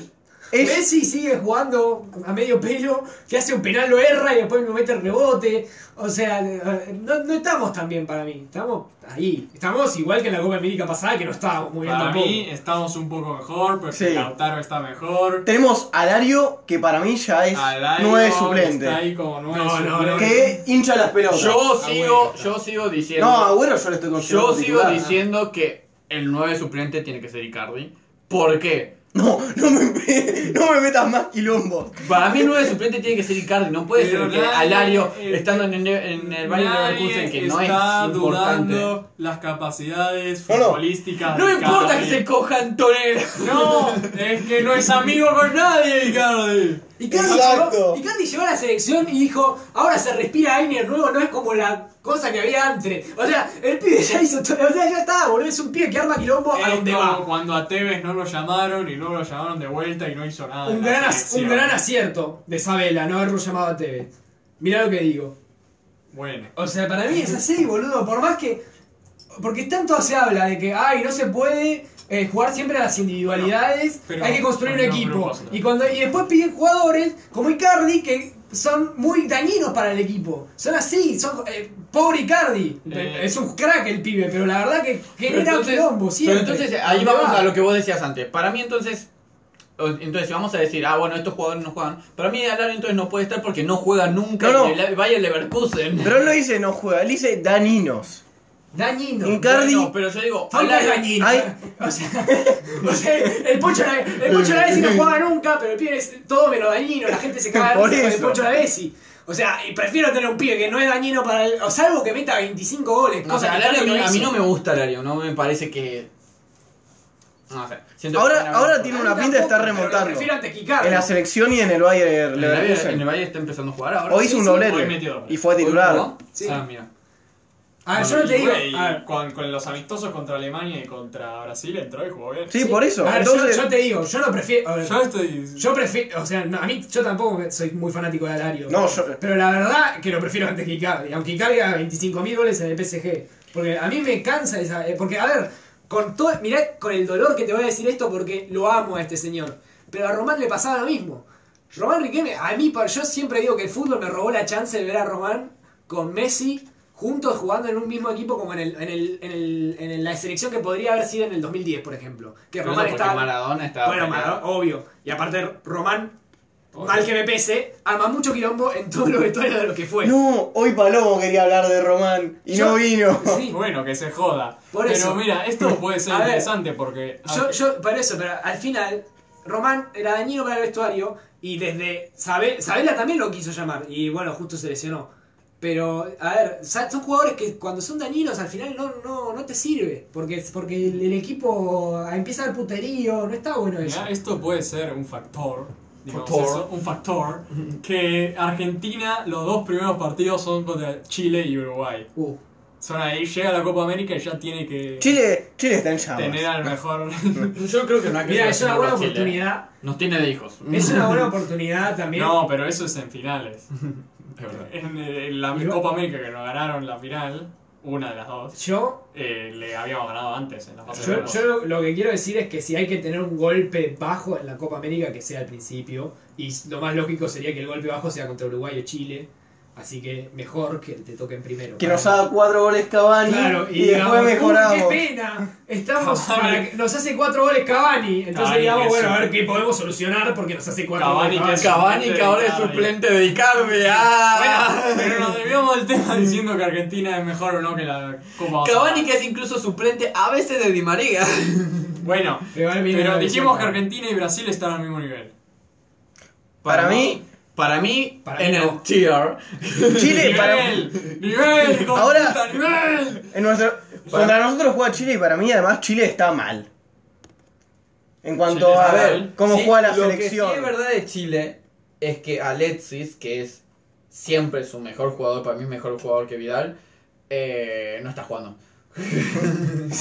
Es- Messi sigue jugando a medio pelo, que hace un penal lo erra y después lo mete el rebote. O sea, eh, no, no estamos tan bien para mí. Estamos ahí. Estamos igual que en la Copa América pasada, que no estábamos muy bien Para tampoco. mí estamos un poco mejor, pero Sí. Lautaro está mejor. Tenemos a Dario, que para mí ya es Alario nueve Está suplente. ahí como nueve No, no, suplente. no, Que Eh, hincha las pelotas. Yo Ah, sigo, bueno. yo sigo diciendo. no, Agüero yo lo estoy considerando. yo sigo titular. diciendo que el 9 suplente tiene que ser Icardi. ¿Por qué? No, no me, no me metas más quilombo. Para mí el 9 suplente tiene que ser Icardi. No puede Pero ser que nadie- Alario, el- estando en el, en el Bayern Nadie Leverkusen, que no es está importante. dudando las capacidades No, no. futbolístes. No importa que se coja Antonella. No, es que no es amigo con nadie, Icardi. Y Cardi, Exacto. llegó, y Cardi llegó a la selección y dijo, ahora se respira aire nuevo, no es como la cosa que había antes. O sea, el pibe ya hizo todo, o sea, ya está, boludo, es un pibe que arma quilombo a Es donde como va. Cuando a Tevez no lo llamaron y luego lo llamaron de vuelta y no hizo nada. Un en la gran, ac- selección. un gran acierto de Sabela, no haberlo llamado a TV. Mirá lo que digo. Bueno. O sea, para mí es así, boludo, por más que... Porque tanto se habla de que, ay, no se puede eh, jugar siempre a las individualidades, pero hay que construir un con los equipo. grupos, ¿no? y, cuando, y después piden jugadores como Icardi que son muy dañinos para el equipo. Son así, son... eh, pobre Icardi. Eh. es un crack el pibe, pero la verdad que Pero genera un entonces- quilombo siempre. Pero entonces ahí ¿Dónde vamos va? a lo que vos decías antes. Para mí entonces, o- entonces si vamos a decir, ah bueno, estos jugadores no juegan. Para mí Alario entonces no puede estar porque no juega nunca No, no. en el Bayern Leverkusen. Pero él no dice no juega, él dice Daninos. Dañino. Un Icardi- Bueno, pero yo digo, Falta es Alario- dañino. Ay. O sea, o sea, el Pocho la el Pocho Lavesi no jugaba nunca, pero el pibe es todo menos dañino, la gente se caga de Por risa con el eso. Pocho Lavesi. O sea, y prefiero tener un pibe que no es dañino para el. O salvo que meta 25 goles, No, o cosa sea, que Icardi Alario a mí- a mí hizo. no me gusta Alario, no me parece que... No sé. siento que Ahora, van a- ahora tiene A mí una pinta de estar tampoco, pero lo remontando. Prefiero ante En la selección y en el Bayern En el Bayern- en el Leverkusen. Bayern está empezando a jugar ahora. Hoy hizo un sí, hoy doblete. metió. Y fue titular. ¿Jugó? Sí. Ah, mira. A ver, Ah, yo no te Y digo. güey, a ver, con, con los amistosos contra Alemania y contra Brasil entró y jugó bien. Sí, por eso. a ver, Entonces, yo, yo te digo, yo no prefiero. a ver, Yo estoy. yo prefiero. O sea, no, a mí yo tampoco soy muy fanático de Alario. No, pero, yo- pero la verdad que lo prefiero antes que Icardi. Aunque Icardi haga 25.000 goles en el PSG. Porque a mí me cansa esa. eh, Porque, a ver, con todo, mirá con el dolor que te voy a decir esto porque lo amo a este señor. Pero a Román le pasaba lo mismo. Román Riquelme, a mí, pa- yo siempre digo que el fútbol me robó la chance de ver a Román con Messi juntos jugando en un mismo equipo como en, el, en, el, en, el- en la selección que podría haber sido en el 2010, por ejemplo. Que Pero Román eso porque estaba... Maradona estaba... Bueno, peleado. Maradona, obvio. Y aparte, Román, mal que me pese, arma mucho quilombo en todo lo vestuario de lo que fue. no, hoy Palomo quería hablar de Román y Yo- no vino. Sí. Bueno, que se joda. Por pero eso. mira, esto puede ser A ver, interesante porque. Yo, yo, por eso, pero al final, Román era dañino para el vestuario y desde Sabe- Sabela también lo quiso llamar y bueno, justo se lesionó. Pero, a ver, sa- son jugadores que cuando son dañinos al final no, no, no te sirve. Porque, porque el, el equipo empieza el puterío, no está bueno eso. Mira, esto puede ser un factor. digamos Factor. eso, un factor que Argentina los dos primeros partidos son contra Chile y Uruguay. Uh. Son ahí, llega la Copa América y ya tiene que Chile, Chile está en llamas. tener al mejor. Yo creo que no hay que Mira, es una buena Chile. oportunidad. Nos tiene de hijos. Es una buena oportunidad también. no, pero eso es en finales. Es verdad. En, eh, en la Igual- Copa América que nos ganaron la final, una de las dos, Yo eh, le habíamos ganado antes en la fase de Yo, grupos. yo lo, lo que quiero decir es que si hay que tener un golpe bajo en la Copa América, que sea al principio, y lo más lógico sería que el golpe bajo sea contra Uruguay o Chile, así que mejor que te toquen primero. Que nos haga cuatro goles Cavani Claro, y, después digamos, mejoramos. "Uy, ¡Qué pena! Estamos Cavani. para que- nos hace cuatro goles Cavani. Entonces Cavani, digamos, que bueno, sí. a ver qué podemos solucionar porque nos hace cuatro Cavani, goles. que es Cavani que ahora es suplente de Icardi. ¡Ah! Bueno, pero nos desviamos del tema diciendo que Argentina es mejor o no que la Copa América. Cavani que es incluso suplente a veces de Di María. Bueno, Pero ahora viene pero la dijimos defensa. que Argentina y Brasil están al mismo nivel. Para mí, Para mí, Para en mí el no. tier. Chile, para, ¡Nivel! ¡Nivel! hijo de Ahora- puta, ¡Nivel! en nuestro- contra nosotros juega Chile y para mí además Chile está mal. En cuanto Chile a está ver mal. cómo Sí, juega la lo selección. Lo que sí es verdad de Chile es que Alexis, que es siempre su mejor jugador, para mí es mejor jugador que Vidal, eh, no está jugando. Sí.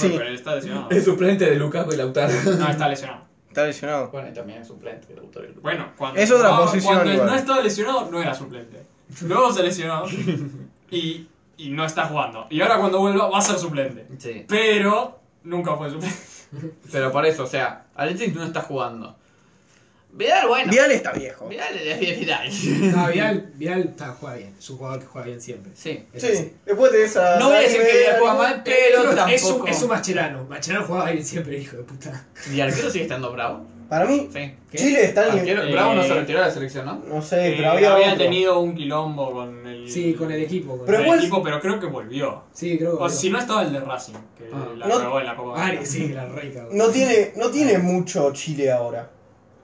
Bueno, pero él está lesionado. Es suplente de Lukaku y Lautaro. No, está lesionado. Está lesionado. Bueno, y también es suplente de Lautaro y Lukaku. Bueno, cuando, Es otra jugaba- posición, cuando igual. no estaba lesionado, no era suplente. Luego se lesionó y, y no está jugando. Y ahora cuando vuelva va a ser suplente. Sí, Pero nunca fue suplente. pero por eso, o sea, Alexis no está jugando. Vidal, bueno. Vial está viejo. Vidal es es Vidal. No, Vidal, Vidal Ah, está, juega bien. Es un jugador que juega bien siempre. Sí. Es así. Sí, después de esa. No voy a decir que Vidal juega mal, pero es, tampoco. un, es un Mascherano. Mascherano jugaba bien siempre, hijo de puta. Y arquero sigue estando bravo. Para mí, Sí. ¿Qué? Chile está en el. Arquero- Bravo no Eh, se retiró de la selección, ¿no? No sé, Eh, pero había. habían otro. tenido un quilombo con el, Sí, con el equipo. con- Pero el igual- equipo, pero creo que volvió. Sí, creo que. O si no estaba el de Racing, que Ah. la No- cagó en la Copa. Ah, sí, la rey, cabrón. No tiene, no tiene mucho Chile ahora.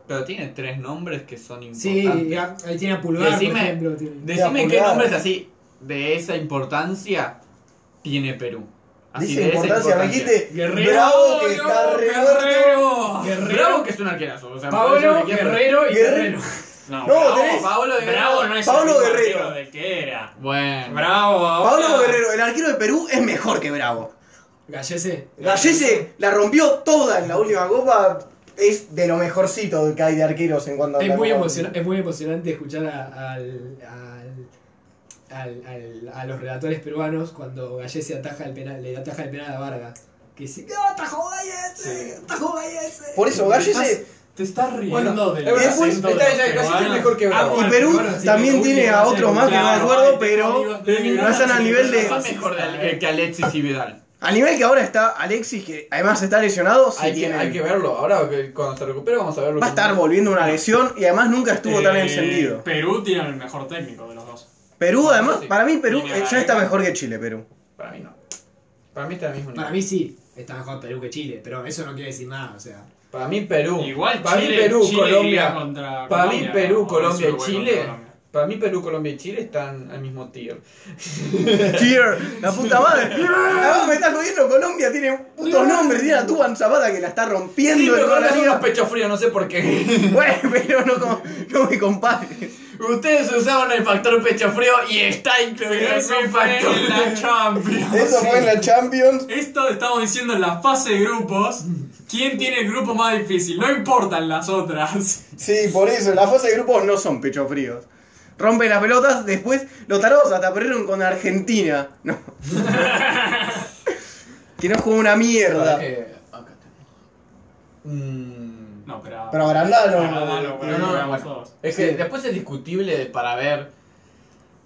Pero tiene tres nombres que son Sí, importantes. ya- ahí tiene a Pulgar, Decime- por ejemplo. tiene- Decime Ya, qué pulgar. nombres así de esa importancia tiene Perú. Ah, Así Dice de esa importancia, me dijiste. Guerrero, Bravo que no, está re muerto. Guerrero. Bravo que es un arquerazo. O sea, parece Paolo, un equipo- Guerrero y Guerrero. Guerrero. No, No, Bravo, tenés- Pablo Guerrero. Bravo no es Pablo el mismo Guerrero. arquero del que era. Bueno. Bravo, ahora. Pablo Guerrero, el arquero de Perú, es mejor que Bravo. Gallese. Gallese la rompió toda en la última copa. Es de lo mejorcito que hay de arqueros en cuanto a. la Es muy, Copa. emociona- es muy emocionante escuchar a, al- al- al- al- a los relatores peruanos cuando Gallese ataja el penal, le ataja el penal a Vargas. Que dice, ¡No, atajó Gallese! ¡Atajó Gallese! Por eso, Gallese. Te estás riendo Bueno, del es verdad, después- acento de está, los ya, Gallese es peruanos. mejor que Bravo. Amo Y al Perú peruano, así que también me tiene gusta a que otros sea más que no me claro. acuerdo, Ay, tengo pero. amigos de mi no están al granja, nivel de. Eh, pero Son mejor de Ale- que Alexis y Vidal. Al nivel que ahora está Alexis, que además está lesionado, sí hay, que, tiene- hay que verlo. Ahora, que cuando se recupere, vamos a verlo. va a estar volviendo una lesión y además nunca estuvo tan Eh, encendido. Perú tiene el mejor técnico de los dos. Perú, además, sí. para mí Perú Tiene eh, ya la- está mejor que Chile, Perú. Para mí no. Para mí está al mismo nivel. Para mí sí, está mejor Perú que Chile, pero eso no quiere decir nada, o sea. Para mí Perú. Igual para Chile, mí Perú, Chile iría Colombia. contra Para mí Colombia, Perú, ¿no? Colombia y Uruguay contra Chile. Colombia. Para mí Perú, Colombia y Chile están al mismo tier. Tier, la puta madre. Además me estás jodiendo, Colombia tiene putos nombres, tiene a Tuban Zapata que la está rompiendo Sí, en pero toda la Colombia son unos liga. pechos fríos, no sé por qué. Bueno, pero no, com- no me compares. Ustedes usaron el factor pecho frío y está incluido en Eso mi fue factor. en la Champions. Eso fue en la Champions. Esto estamos diciendo en la fase de grupos. ¿Quién tiene el grupo más difícil? No importan las otras. Sí, por eso, la fase de grupos no son pechos fríos. Rompen las pelotas, después los tarados hasta perdieron con Argentina. No. que no jugó una mierda. Eh, acá está. Mm, No, pero. Pero agrandalo. Ah, no, pero No, no, no, bueno. todos. Es que después es discutible de- para ver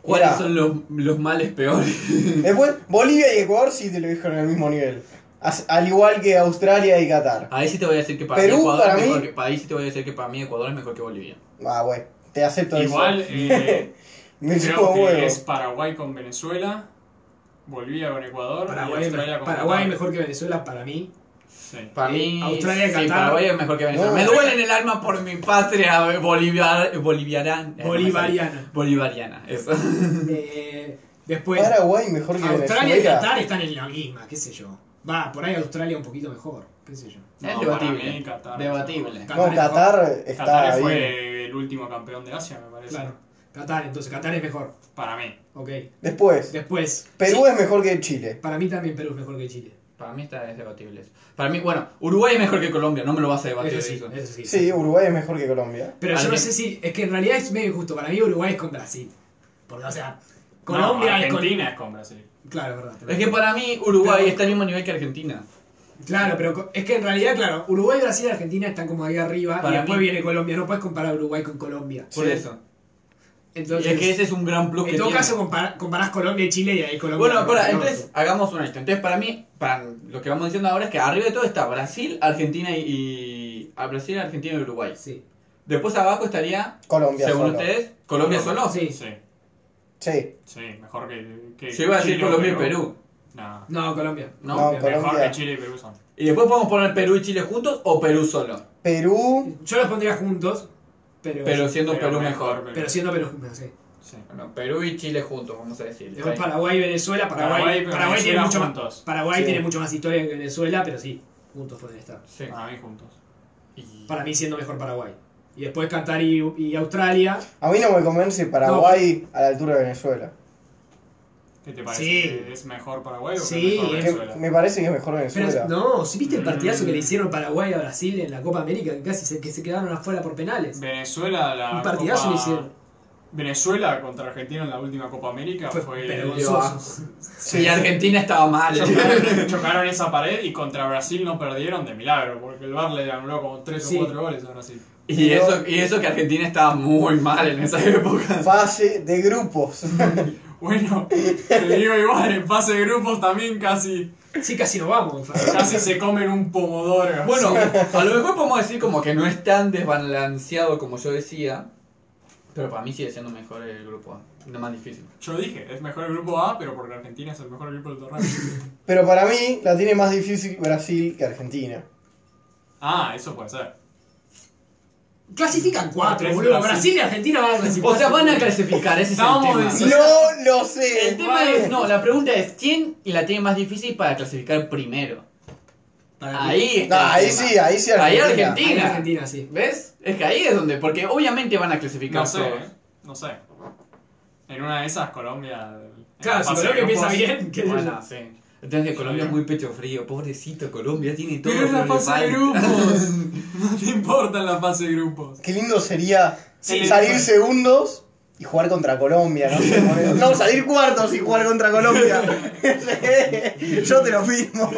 cuáles Mirá. son los, los males peores. Después, Bolivia y Ecuador sí te lo dijo en el mismo nivel. As- Al igual que Australia y Qatar. Ahí sí te voy a decir que para Perú, mí Ecuador para es mejor mí- que, para ahí sí te voy a decir que para mí Ecuador es mejor que Bolivia. Ah, bueno, te acepto Igual, eso. eh, Me chupo creo que huevo. es Paraguay con Venezuela. Bolivia con Ecuador. y Paraguay, Australia con Paraguay Qatar. mejor que Venezuela para mí. Sí. Para Eh, mí Australia y sí, Qatar. Paraguay es mejor que Venezuela. No. Me duele en el alma por mi patria boliviar, boliviarán- eh, no me Bolivariana. sale. Bolivariana, eso. Eh, después, Paraguay mejor que Australia y Venezuela. Qatar están en la misma, qué sé yo. Va, por ahí Australia un poquito mejor, qué sé yo. es No, debatible. para mí Qatar. debatible. Qatar No, es mejor. Qatar está Qatar bien. fue el último campeón de Asia, me parece. Claro. Qatar, entonces Qatar es mejor. Para mí. Ok. Después, Después, Perú es mejor que Chile. para mí también Perú es mejor que Chile. Para mí está es debatible. eso. Para mí, bueno, Uruguay es mejor que Colombia, no me lo vas a debatir Eso eso. sí, eso sí. Sí, Uruguay es mejor que Colombia. Pero yo no Alguien. sé si. Es que en realidad es medio injusto. Para mí, Uruguay es con Brasil. Porque, o sea, Colombia No, es con. Argentina es con Brasil. Claro, es verdad. tenés Es que para mí Uruguay Pero- está al mismo nivel que Argentina. Claro, pero co- es que en realidad, claro, Uruguay, Brasil y Argentina están como ahí arriba Para y después mí- viene Colombia. No puedes comparar Uruguay con Colombia. Por Sí. eso. Entonces, y es que ese es un gran plus que en todo tiene. caso compara- comparás Colombia y Chile y ahí Colombia. Bueno, Colombia, para, Colombia. entonces hagamos una lista. Entonces, para mí, para lo que vamos diciendo ahora es que arriba de todo está Brasil, Argentina y. y- a Brasil, Argentina y Uruguay. Sí. Después abajo estaría, Colombia según solo. ustedes, Colombia solo. Sí. Sí, Sí. sí, mejor que. que Yo iba a decir Chile o Colombia y Perú. No. No, Colombia. No, No, Colombia. Mejor Colombia. que Chile y Perú son. Y después podemos poner Perú y Chile juntos o Perú solo. Perú. Yo los pondría juntos, pero. Pero siendo Pero Perú mejor. pero siendo Perú juntos, sí. Sí. Bueno, Perú y Chile juntos, vamos a decir. Después Paraguay, Venezuela, Paraguay. Paraguay, Paraguay, pero tiene, Venezuela mucho más, juntos. Paraguay Sí. tiene mucho más historia que Venezuela, pero sí, juntos pueden estar. Sí. Para mí juntos. Y- Para mí siendo mejor Paraguay. Y después Qatar y, y Australia. A mí no me convence Paraguay a la altura de Venezuela. ¿Qué te parece? Sí. ¿Que ¿Es mejor Paraguay o que Sí, es- mejor Que Venezuela? me parece que es mejor Pero, Venezuela. no, si viste el partidazo Mm. que le hicieron Paraguay a Brasil en la Copa América, que casi se, que se quedaron afuera por penales. Venezuela, la. Un partidazo Copa- le hicieron. Venezuela contra Argentina en la última Copa América Fue fue. vergonzoso. Y Argentina estaba mal. Chocaron, chocaron esa pared y contra Brasil no perdieron de milagro. Porque porque el Bar le anuló como 3 Sí. o 4 goles aún así. Y Pero- eso, y eso que Argentina estaba muy mal en esa época. Fase de grupos. Bueno, te digo igual, en fase de grupos también casi, Sí, casi no vamos. casi se comen un pomodoro. Bueno, a lo mejor podemos decir como que no es tan desbalanceado como yo decía. Pero para mí sigue siendo mejor el grupo A. Lo más difícil. Yo dije, es mejor el grupo A, pero porque Argentina es el mejor grupo del torneo. Pero para mí la tiene más difícil Brasil que Argentina. ah, eso puede ser. Clasifican cuatro, Tres boludo. Brasil. Brasil y Argentina van a clasificar. O sea, van a clasificar, ese es el Estábamos tema. diciendo- No lo El sé. tema es, no, la pregunta es, ¿quién la tiene más difícil para clasificar primero? Para- Ah, Ahí No, está. el ahí tema. sí, ahí sí Ahí Argentina. Argentina. Ahí Argentina, sí. ¿Ves? Es que ahí es donde, porque obviamente van a clasificar No sé, todos. ¿eh? no sé. En una de esas, Colombia. en Claro, la si fase de Colombia empieza grupos- bien, que Bueno, sí. Entonces que Colombia es muy pecho frío, pobrecito Colombia, tiene todo. Pero es la lo que fase de falta. grupos. No te importan la fase de grupos. Qué lindo sería Sí, salir sí. segundos y jugar contra Colombia, ¿no? sé, boludo. No, salir cuartos y jugar contra Colombia. Yo te lo firmo.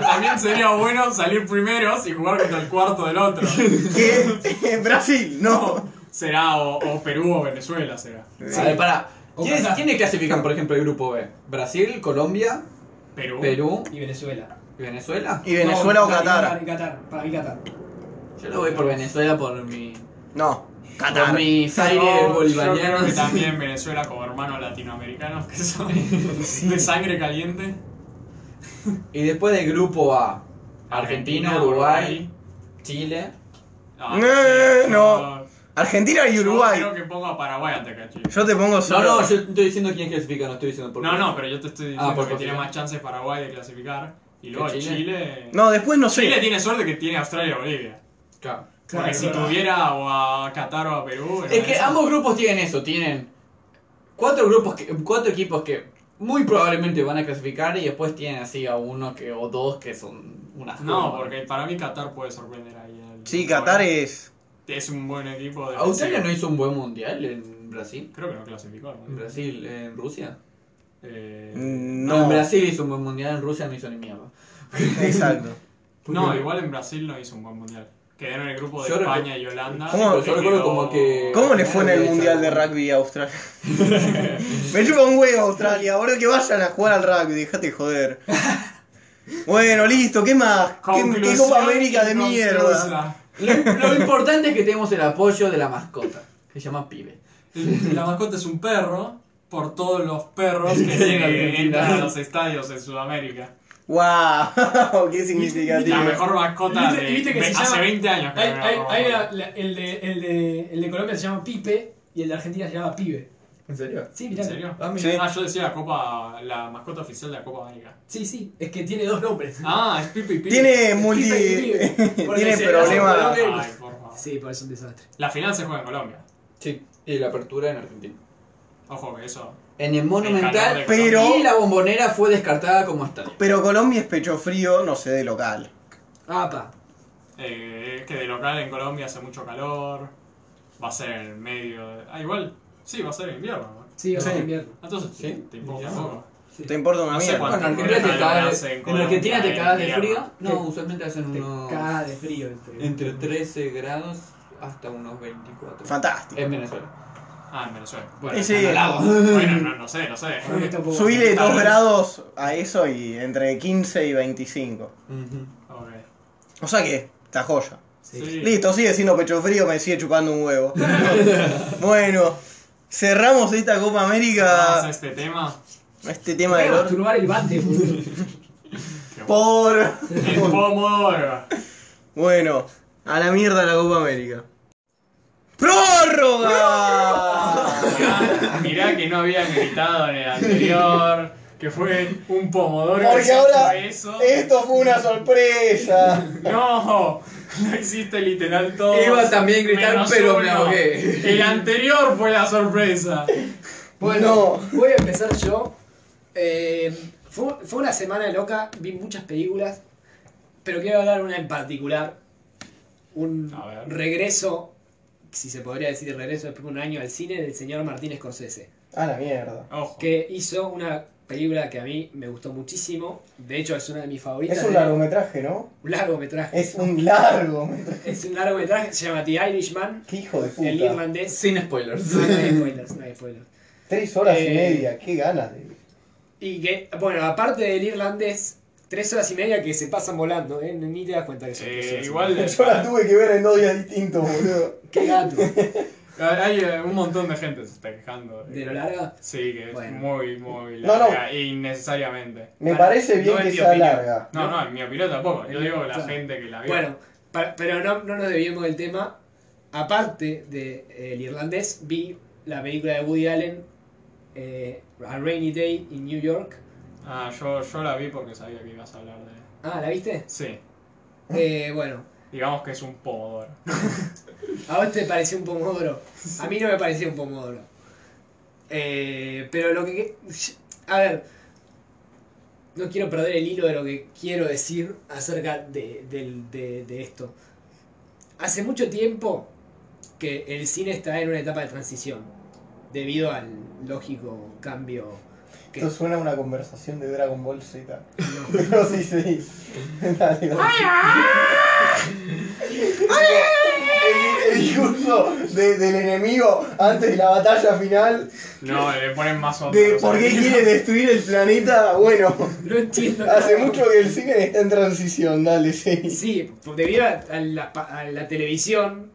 También sería bueno salir primeros y jugar contra el cuarto del otro. Que Brasil, no. Será o, o Perú o Venezuela será. A ver, pará. O ¿Quiénes, Qatar. ¿Quiénes clasifican, por ejemplo, el grupo B? ¿Brasil, Colombia, Perú. Perú Y Venezuela. y Venezuela? ¿Y Venezuela No, o Qatar? y Qatar, para mí Qatar. Yo lo voy por Venezuela por mi. No, Por Qatar. mis Yo- aires Yo creo que bolivarianos. también Venezuela como hermanos latinoamericanos que son de sangre caliente. Y después del grupo A, Argentina, Uruguay, Chile. Ah, No, sí, no. Argentina y yo Uruguay. Creo que pongo a Paraguay antes que a Chile. Yo te pongo No, solo. no, yo estoy diciendo quién clasifica, no estoy diciendo por qué. No, no, pero yo te estoy Ah, diciendo por que tiene posibilidad. más chances Paraguay de clasificar. Y luego ¿Que Chile. Chile? No, después no Chile sé. tiene suerte que tiene Australia y Bolivia. Claro. Claro, Porque si es verdad. tuviera o a Qatar o a Perú. en Es que esa- ambos grupos tienen eso, tienen cuatro grupos, que- cuatro equipos que muy probablemente van a clasificar y después tienen así a uno que o dos que son unas No, jodas. porque para mí Qatar puede sorprender ahí. al- Sí, Qatar es. Es un buen equipo. De Australia no hizo un buen mundial en Brasil, Creo que no clasificó. ¿no? en Brasil, en Rusia. Eh, No, en No, Brasil hizo un buen mundial, en Rusia no hizo ni mierda. exacto. No, igual en Brasil no hizo un buen mundial. Quedó en el grupo de Yo recu- España y Holanda. ¿Cómo? y Yo recuerdo como que- ¿Cómo le fue en el mundial de rugby a Australia? Me chupa un huevo Australia, boludo, que vayan a jugar al rugby, déjate joder. Bueno, listo, ¿qué más? ¿Qué, qué Copa América de mierda? mierda? Lo, lo importante es que tenemos el apoyo de la mascota, que se llama Pibe. La mascota es un perro por todos los perros que hay en se Argentina. entran a los estadios en Sudamérica. ¡Wow! ¡Qué significativo! La mejor mascota ¿Y viste- de y viste que ve- se hace llama- 20 años. que Hay, no hay- ganaba hay Copa la- la- el, de, el, de, el de Colombia se llama Pipe y el de Argentina se llama Pibe. ¿En serio? Sí, mirá. América. ¿En serio? Ah, mira. Sí. Ah, yo decía la Copa, la mascota oficial de la Copa América. Sí, sí, es que tiene dos nombres. Ah, es Pipi Pipi. Tiene multi... Pipe y Pibe. Porque Tiene se- problemas... Ay, por favor. Sí, parece un desastre. La final se juega en Colombia. Sí, y la apertura en Argentina. Ojo que eso. En el calor Monumental, de Pero- y la bombonera fue descartada como estadio. Pero Colombia es pecho frío, no sé, de local. Apa. Eh, es que de local en Colombia hace mucho calor. Va a ser en el medio. de- Ah, igual. Sí, va a ser en invierno. ¿no? Sí, va a ser Sí. invierno. Entonces, Sí, te importa invierno. poco. ¿Te importa una No sé mierda? cuánto. Bueno, en Argentina te Bueno, cagas, en en Colombia, Argentina te en cagas de frío. invierno. No, usualmente hacen Te unos. cagás de frío. este. Entre, Entre 13 grados hasta unos 24. Eh, Fantástico. En Venezuela. Ah, en Venezuela. Bueno, Y sí. al lado. Bueno, no, no sé, no sé. Creo que está un poco- Subile dos grados a eso y entre 15 y 25. Ujú. Ok. O sea que, está joya. Sí. Listo, sigue siendo pecho frío, me sigue chupando un huevo. bueno, cerramos esta Copa Vamos a América, este tema. este tema Voy de a los... masturbar el bate, boludo. Por... El Pomodoro. Bueno, a la mierda la Copa América. ¡Prórroga! Mirá, mirá que no habían gritado en el anterior. Que fue un Pomodoro. que Porque se ahora hizo eso. esto fue una sorpresa. No, no hiciste literal todo. Iba también a gritar, Menos pero me uno. ahogué. El anterior fue la sorpresa. Bueno, voy a empezar yo. Eh, fue, fue una semana loca, vi muchas películas, pero quiero hablar de una en particular. Un A ver. regreso, si se podría decir regreso después de un año al cine, del señor Martínez Scorsese, A la mierda. Ojo. que hizo una película que a mí me gustó muchísimo. De hecho, es una de mis favoritas. Es un de- largometraje, ¿no? un largometraje. Es un largometraje. Es un largometraje, se llama The Irishman, Qué hijo de el puta. irlandés. Sin spoilers. No, no hay spoilers, no hay spoilers. Tres horas Eh, y media, qué ganas de. Y que, bueno, aparte del irlandés, tres horas y media que se pasan volando, ¿eh? Ni te das cuenta que son tres Eh, horas y igual Yo la tuve que ver en dos días distintos, boludo. media. Qué gato. hay eh, un montón de gente se está quejando. Eh, ¿De lo larga? Sí, que es Bueno. muy, muy No, larga e innecesariamente. Me Para- parece bien no que es mi sea opinión. larga. No, no, en mi opinión tampoco. Yo digo la Claro. gente que la vio. Bueno, pa- pero no, no nos debíamos del tema. Aparte del irlandés, vi la película de Woody Allen, eh, A Rainy Day in New York. Ah, yo, yo la vi porque sabía que ibas a hablar de. Ah, ¿la viste? Sí, Eh, bueno, digamos que es un pomodoro. a vos te pareció un pomodoro. A mí no me parecía un pomodoro. Eh, pero lo que... A ver, no quiero perder el hilo de lo que quiero decir acerca de, del- de- de esto. Hace mucho tiempo que el cine está en una etapa de transición, debido al lógico cambio que... Esto suena a una conversación de Dragon Ball Z. no. Pero sí, sí. Dale, dale. ah. El, el discurso de- del enemigo antes de la batalla final No, le ponen más onda. de no sé. por qué quiere destruir el planeta. Bueno, No entiendo. hace nada. mucho que el cine está en transición, dale, sí. Sí, pues, debido a, a la, pa- a la televisión,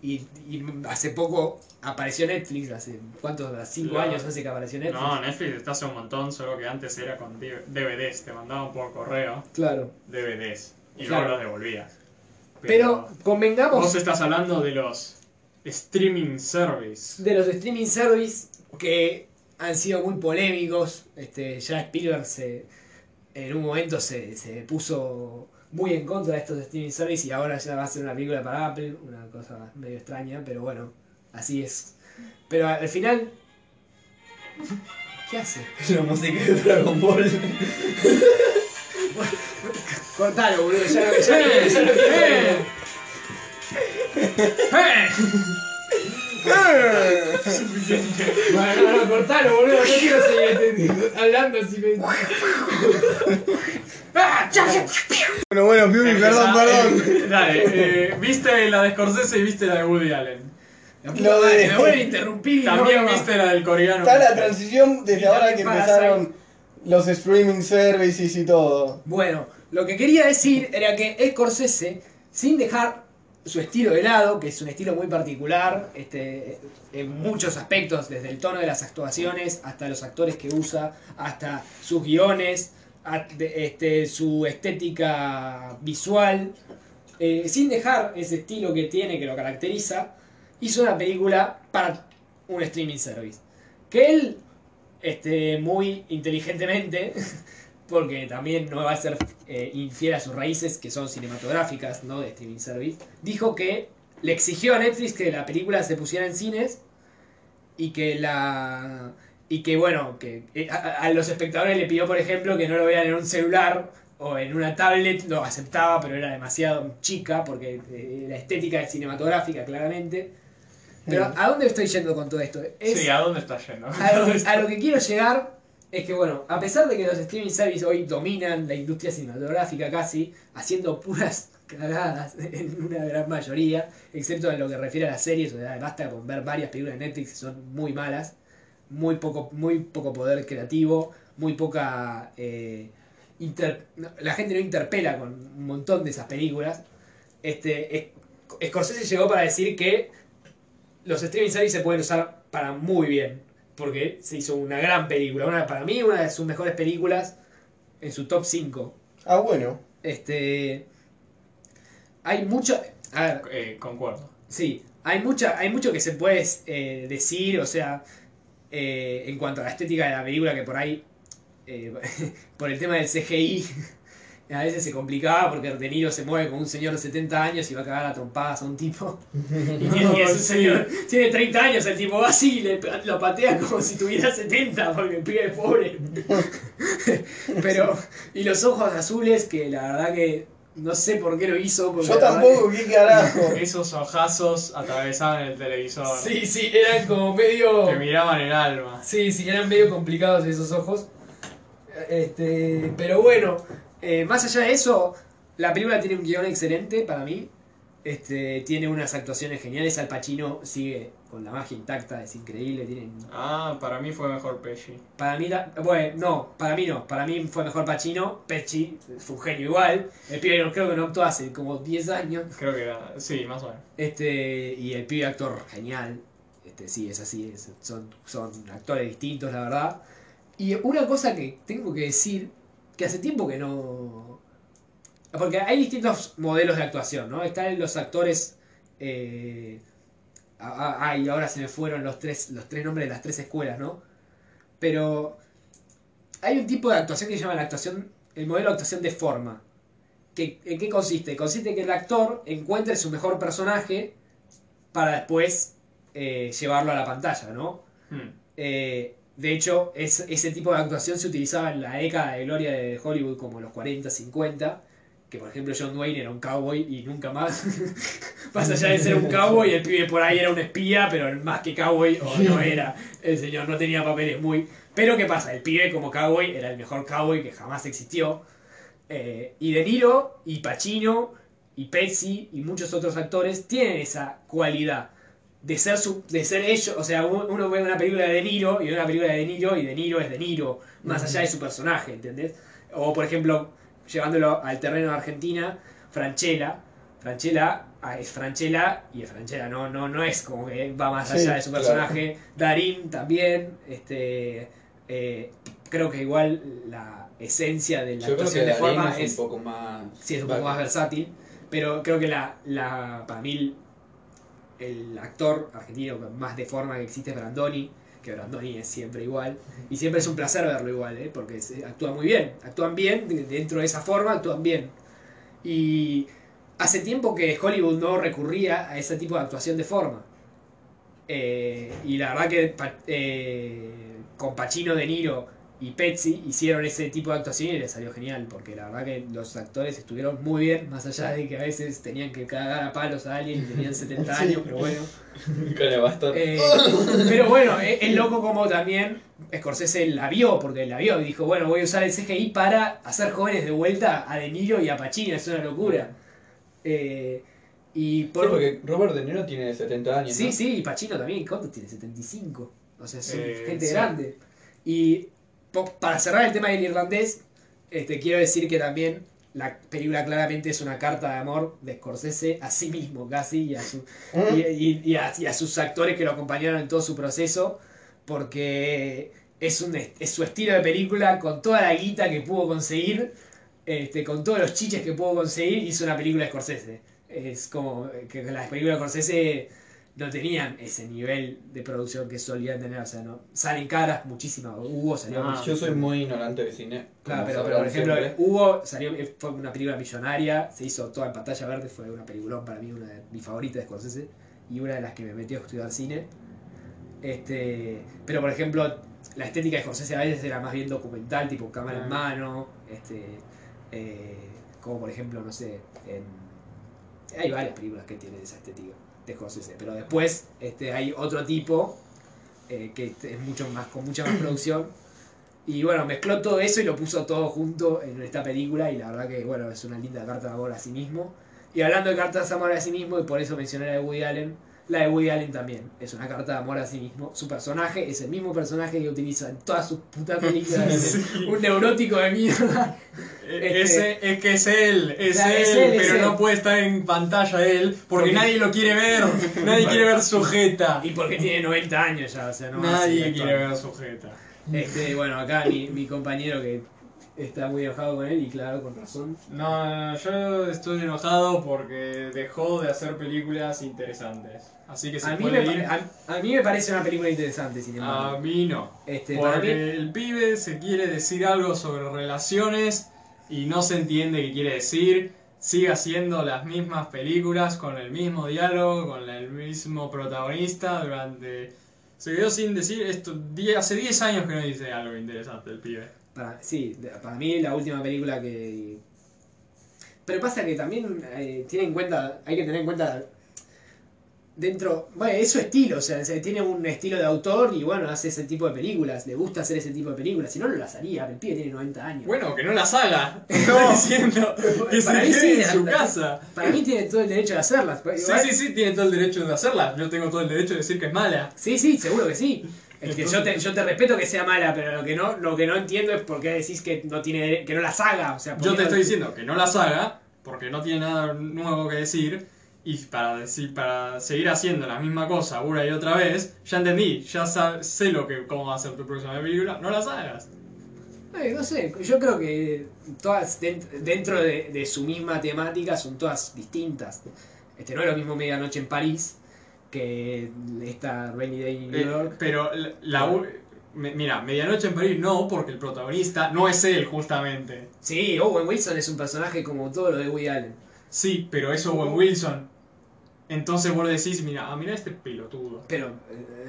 y, y hace poco apareció Netflix, hace cuántos, hace cinco Claro. años hace que apareció Netflix. No, Netflix está hace un montón, solo que antes era con D- DVDs. Te mandaban por correo Claro. DVDs y Claro. luego los devolvías. Pero Vos convengamos estás hablando de los streaming service. de los streaming service que han sido muy polémicos. Este, ya Spielberg se, en un momento se, se puso muy en contra de estos streaming service y ahora ya va a ser una película para Apple, una cosa medio extraña, pero bueno, así es. Pero al final... ¿Qué hace? La música de Dragon Ball. Cortalo, boludo, ya lo ya lo- ya lo- ¡Eh! ¡Eh! Bueno, no, no, cortalo, boludo, no quiero seguir este, hablando así. Me... ¡Ah! Bueno, bueno, Piumi, perdón, Empezá- perdón. eh, Dale, eh, viste la de Scorsese y viste la de Woody Allen. La Lo puta madre, de- me vuelven a interrumpir. También no, no. viste la del coreano. Está la transición Y desde ahora también que Parasite. empezaron los streaming services y todo. Bueno, lo que quería decir era que Scorsese, sin dejar su estilo de lado, que es un estilo muy particular, este, en muchos aspectos, desde el tono de las actuaciones, hasta los actores que usa, hasta sus guiones, a- de- este, su estética visual, eh, sin dejar ese estilo que tiene, que lo caracteriza, hizo una película para un streaming service. Que él, este, muy inteligentemente, porque también no va a ser eh, infiel a sus raíces, que son cinematográficas, no de streaming service, dijo que le exigió a Netflix que la película se pusiera en cines y que la... Y que bueno, que eh, a, a- a los espectadores le pidió, por ejemplo, que no lo vean en un celular o en una tablet, lo aceptaba, pero era demasiado chica, porque eh, la estética es cinematográfica, claramente. Pero, Mm. ¿a dónde estoy yendo con todo esto? Es- Ah. Sí, ¿a dónde está yendo? a lo, a lo que quiero llegar es que, bueno, a pesar de que los streaming services hoy dominan la industria cinematográfica casi, haciendo puras cagadas en una gran mayoría, excepto en lo que refiere a las series, o sea, basta con ver varias películas de Netflix que son muy malas, muy poco, muy poco poder creativo, muy poca... eh, inter- no, la gente no interpela con un montón de esas películas. Este, Sc- Scorsese llegó para decir que los streaming services se pueden usar para muy bien. Porque se hizo una gran película. Una, para mí, una de sus mejores películas en su top 5. Ah, bueno. Este. Hay mucho. A ver, Eh, concuerdo. sí. Hay, mucha, hay mucho que se puede eh, decir, o sea, eh, en cuanto a la estética de la película, que por ahí, eh, por el tema del CGI, a veces se complicaba porque De Niro se mueve con un señor de 70 años y va a cagar a trompadas a un tipo. Y tiene, y es un Sí. señor- tiene 30 años, el tipo va así y le, pe- lo patea como si tuviera 70, porque el pibe es pobre. Pero, y los ojos azules, que la verdad que no sé por qué lo hizo. porque Yo la verdad tampoco, qué carajo. Esos ojazos atravesaban el televisor. que- Sí, sí, eran como medio. Te miraban el alma. Sí, sí, eran medio complicados esos ojos. Este, pero bueno, eh, más allá de eso, la película tiene un guión excelente para mí. Este, tiene unas actuaciones geniales. Al Pacino sigue con la magia intacta, es increíble. Tiene, Ah, para mí fue mejor Pesci. para mí, la- bueno, no, para mí no. Para mí fue mejor Pacino. Pecci fue un genio igual. El pibe no- creo que no actuó hace como 10 años. Creo que era. Sí, más o menos. Este, y el pibe actor genial. Este, sí, es así, es- son, son actores distintos, la verdad. Y una cosa que tengo que decir, que hace tiempo que no... Porque hay distintos modelos de actuación, ¿no? Están los actores... eh, ah, ah, ay, ahora se me fueron los tres, los tres nombres de las tres escuelas, ¿no? Pero hay un tipo de actuación que se llama la actuación, el modelo de actuación de forma. ¿Qué- ¿En qué consiste? Consiste en que el actor encuentre su mejor personaje para después eh, llevarlo a la pantalla, ¿no? Hmm. Eh, de hecho, es- ese tipo de actuación se utilizaba en la década de gloria de Hollywood, como los 40, 50, que por ejemplo John Wayne era un cowboy y nunca más. más allá de ser un cowboy, el pibe por ahí era un espía, pero el más que cowboy o no era. El señor no tenía papeles muy... Pero ¿qué pasa? El pibe como cowboy era el mejor cowboy que jamás existió. Eh, y De Niro, y Pacino, y Pesci, y muchos otros actores tienen esa cualidad de ser, su- de ser ellos. O sea, un- uno ve una película de De Niro y ve una película de De Niro, y De Niro es De Niro, más allá de su personaje, ¿entendés? O, por ejemplo, llevándolo al terreno de Argentina, Franchella. Franchella ah, es Franchella y es Franchella, no, no, no es como que va más Sí, allá de su claro. personaje. Darín también, este. eh, creo que igual la esencia de la Yo creo que actuación la de forma es es, un poco más. sí, es un poco más versátil, pero creo que la, la para mí el actor argentino más de forma que existe es Brandoni, que Brandoni es siempre igual, y siempre es un placer verlo igual, ¿eh? porque se- actúa muy bien, actúan bien, de- dentro de esa forma actúan bien. Y hace tiempo que Hollywood no recurría a ese tipo de actuación de forma. Eh, y la verdad que pa- eh, con Pacino De Niro y Petsy hicieron ese tipo de actuación y les salió genial, porque la verdad que los actores estuvieron muy bien, más allá de que a veces tenían que cagar a palos a alguien y tenían 70 años, pero bueno. Cara de bastardo. Eh, pero bueno, es, es loco como también Scorsese la vio, porque la vio y dijo, bueno, voy a usar el CGI para hacer jóvenes de vuelta a De Niro y a Pacino, es una locura. Eh, y Sí, por... porque Robert De Niro tiene 70 años. Sí, ¿no? sí, y Pacino también, ¿cuánto tiene? 75. O sea, son Eh, gente sí. grande. Y po- para cerrar el tema del irlandés, este, quiero decir que también la película claramente es una carta de amor de Scorsese a sí mismo casi y a, su- y- ¿Mm? y- y a- y a sus actores que lo acompañaron en todo su proceso, porque es, un, est- es su estilo de película con toda la guita que pudo conseguir, este, con todos los chiches que pudo conseguir, hizo una película de Scorsese. Es como que las películas de Scorsese no tenían ese nivel de producción que solían tener, o sea, no salen caras muchísimas. Hugo salió Ah, muchísimo. Yo soy muy ignorante de cine. Claro, pero, como pero, sabrán por ejemplo, siempre. Hugo salió, eh, fue una película millonaria, se hizo toda en pantalla verde, fue una peliculón para mí, una de mis favoritas de Scorsese y una de las que me metió a estudiar cine. Este, pero por ejemplo, la estética de Scorsese a veces era más bien documental, tipo cámara en Ah. mano, este, eh, como por ejemplo, no sé, en- hay varias películas que tienen esa estética de Scorsese, pero después este, hay otro tipo eh, que es mucho más con mucha más producción y bueno, mezcló todo eso y lo puso todo junto en esta película y la verdad que bueno, es una linda carta de amor a sí mismo. Y hablando de cartas de amor a sí mismo, y por eso mencioné la de Woody Allen, la de Woody Allen también es una carta de amor a sí mismo. Su personaje es el mismo personaje que utiliza en todas sus putas películas. Sí. Un neurótico de mierda. E- Ese, es que es él, es Claro, él, es él, es pero él. no puede estar en pantalla él porque Porque- nadie lo quiere ver, nadie quiere ver su jeta. Y porque tiene 90 años ya, o sea, no va a seguir Nadie actuando. quiere ver su jeta. Este, bueno, acá mi, mi compañero que está muy enojado con él y claro, con razón. No, no, no, yo estoy enojado porque dejó de hacer películas interesantes. Así que se A mí, me, puede ir. Ah, pa- a, a mí me parece una película interesante, sin embargo. A mí no. este, para mí- Porque el pibe se quiere decir algo sobre relaciones y no se entiende qué quiere decir. Sigue haciendo las mismas películas con el mismo diálogo, con el mismo protagonista durante... Se quedó sin decir esto. die- hace 10 años que no dice algo interesante el pibe. Para, sí, de- para mí la última película que... Pero pasa que también eh, tiene en cuenta, hay que tener en cuenta dentro, bueno, es su estilo, o sea, se- tiene un estilo de autor y bueno, hace ese tipo de películas, le gusta hacer ese tipo de películas, si no, no las haría, el pibe tiene 90 años. Bueno, que no la sala. Está diciendo que se Para mí quede sí, en su hasta- casa. Para mí tiene todo el derecho de hacerlas. pero Sí, igual- sí, sí, tiene todo el derecho de hacerla. Yo tengo todo el derecho de decir que es mala. Sí, sí, seguro que sí. Es que yo te, yo te respeto que sea mala, pero lo que no, lo que no entiendo es por qué decís que no tiene que no las haga. O sea, ¿por Yo qué te no- estoy diciendo que no la haga porque no tiene nada nuevo que decir. Y para, decir, para seguir haciendo la misma cosa una y otra vez, ya entendí, ya sab- sé lo que, cómo va a ser tu próxima película, no las hagas. Eh, no sé, yo creo que todas dent- dentro de, de su misma temática son todas distintas. Este no es lo mismo Medianoche en París que esta Rainy Day in New Eh, York. pero la, la u- me- mira, Medianoche en París no, porque el protagonista no es él justamente. Sí, Owen Wilson es un personaje como todo lo de Woody Allen. Sí, pero eso Owen Wilson. Entonces vos le decís, mira, ah, mira este pelotudo. Pero eh,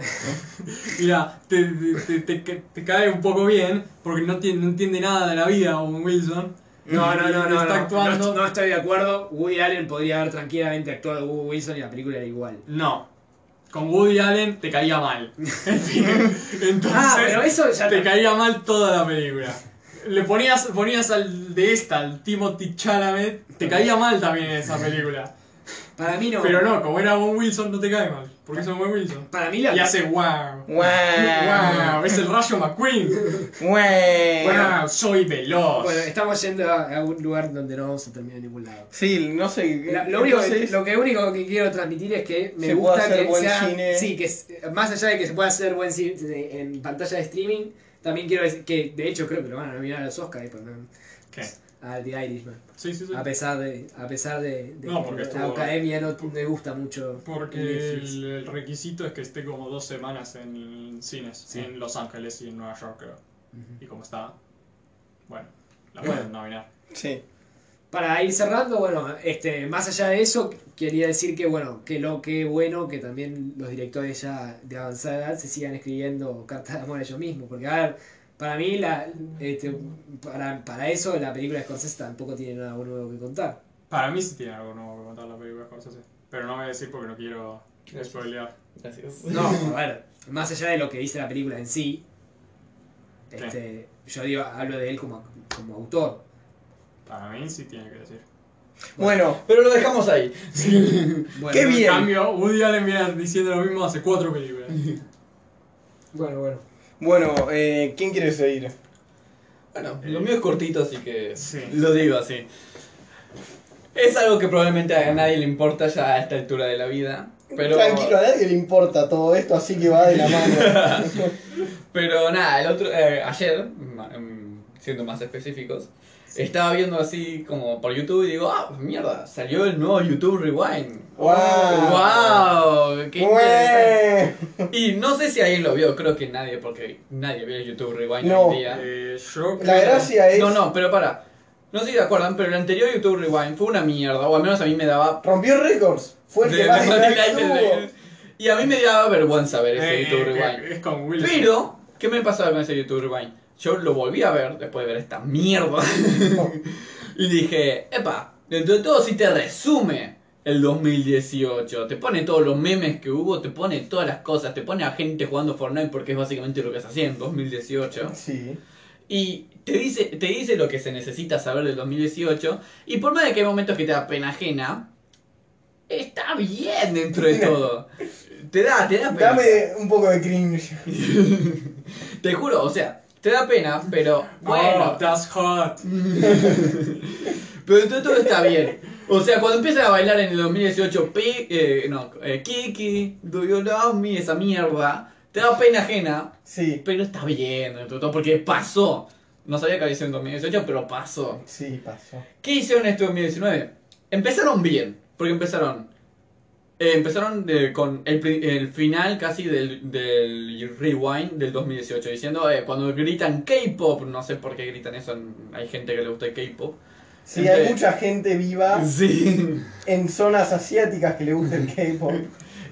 Mira, te, te, te- te- te cae un poco bien porque no, tiene- no entiende nada de la vida Owen Wilson. No, no, no, no, Está no, actuando. no, no estoy de acuerdo. Woody Allen podría haber tranquilamente actuado de Woody Wilson y la película era igual. No. Con Woody Allen te caía mal. En fin, Entonces, Ah, pero eso ya te caía mal toda la película. Le ponías, ponías al de esta, al Timothy Chalamet, te caía mal también en esa película. para mí no. Pero no, como era Owen Wilson, no te cae mal, porque es Owen Wilson. Para mí la Y hace wow. Wow. Wow, es el Rayo McQueen. Eh. Wow. Wow, soy veloz. Bueno, estamos yendo a, a un lugar donde no vamos a terminar en ningún lado. Sí, no sé. La- lo, único que, entonces- lo que único que quiero transmitir es que me Se puede gusta hacer que buen sea- cine. sí, que es- más allá de que se pueda hacer buen cine en pantalla de streaming, también quiero decir que de hecho creo que lo van a nominar a los Oscars, pero no, ¿Qué? a The Irishman. Sí, sí, sí. A pesar de, a pesar de, de No, que porque la estuvo- academia no me gusta mucho. Porque Netflix. el, el requisito es que esté como dos semanas en cines, en Los Ángeles y en Nueva York, creo. Y como está, bueno, la pueden nominar. Sí. Para ir cerrando, bueno, este, más allá de eso, quería decir que bueno, que lo que bueno que también los directores ya de avanzada edad se sigan escribiendo cartas de amor a ellos mismos, porque a ver, para mí la, este, para, para eso la película de Scorsese tampoco tiene nada nuevo que contar. Para mí sí tiene algo nuevo que contar la película, cosas así. Pero no voy a decir porque no quiero spoilear. Gracias. No, a ver, más allá de lo que dice la película en sí, este, yo digo, hablo de él como, como autor. Para mí sí tiene que decir. Bueno, Pero lo dejamos ahí. Bueno, Qué bien. En cambio, Woody Allen viene diciendo lo mismo hace cuatro películas. Bueno, bueno. bueno, eh, ¿quién quiere seguir? Bueno, lo mío es cortito, así que Sí. lo digo así. Es algo que probablemente a nadie le importa ya a esta altura de la vida. Pero, Tranquilo, a nadie le importa todo esto, así que va de la mano. pero nada, el otro, eh, ayer, ma- em, siendo más específicos, estaba viendo así como por YouTube y digo, ah, mierda, salió el nuevo YouTube Rewind. Guau. ¡Wow! ¡Qué interesante! Güey. Y no sé si alguien lo vio, creo que nadie, porque nadie vio el YouTube Rewind No. hoy en día. Eh, yo La gracia es. No, no, pero para. No sé si se acuerdan, pero el anterior YouTube Rewind fue una mierda, o al menos a mí me daba. Rompió récords. Fue el de- que de- más likes de- de- tuvo. y a mí me daba vergüenza ver ese eh, YouTube eh, Rewind. es con Will Smith. Pero, ¿qué me pasaba con ese YouTube Rewind? Yo lo volví a ver después de ver esta mierda. y dije, epa, dentro de todo si te resume el 2018, te pone todos los memes que hubo, te pone todas las cosas, te pone a gente jugando Fortnite porque es básicamente lo que se hacía en 2018. Sí. Y te dice, te dice lo que se necesita saber del 2018. Y por más de que hay momentos que te da pena ajena, está bien dentro de todo. Te da, te da pena. Dame un poco de cringe. Te juro, o sea, te da pena, pero Bueno, bueno. Oh, that's hot. Pero dentro de todo está bien. O sea, cuando empiezan a bailar en el 2018, Pi- eh, no, eh, Kiki, Do You Love Me, esa mierda, te da pena ajena, Sí. pero está bien dentro de todo porque pasó. No sabía que había sido en 2018, pero pasó. Sí, pasó. ¿Qué hicieron este 2019? Empezaron bien, porque empezaron. eh, empezaron de- con el, pri- el final casi del, del rewind del 2018, diciendo eh, cuando gritan K-pop, no sé por qué gritan eso, en- hay gente que le gusta el K-pop. Sí, hay Eh, Ah. mucha gente viva Sí. en zonas asiáticas que le gusta el K-pop.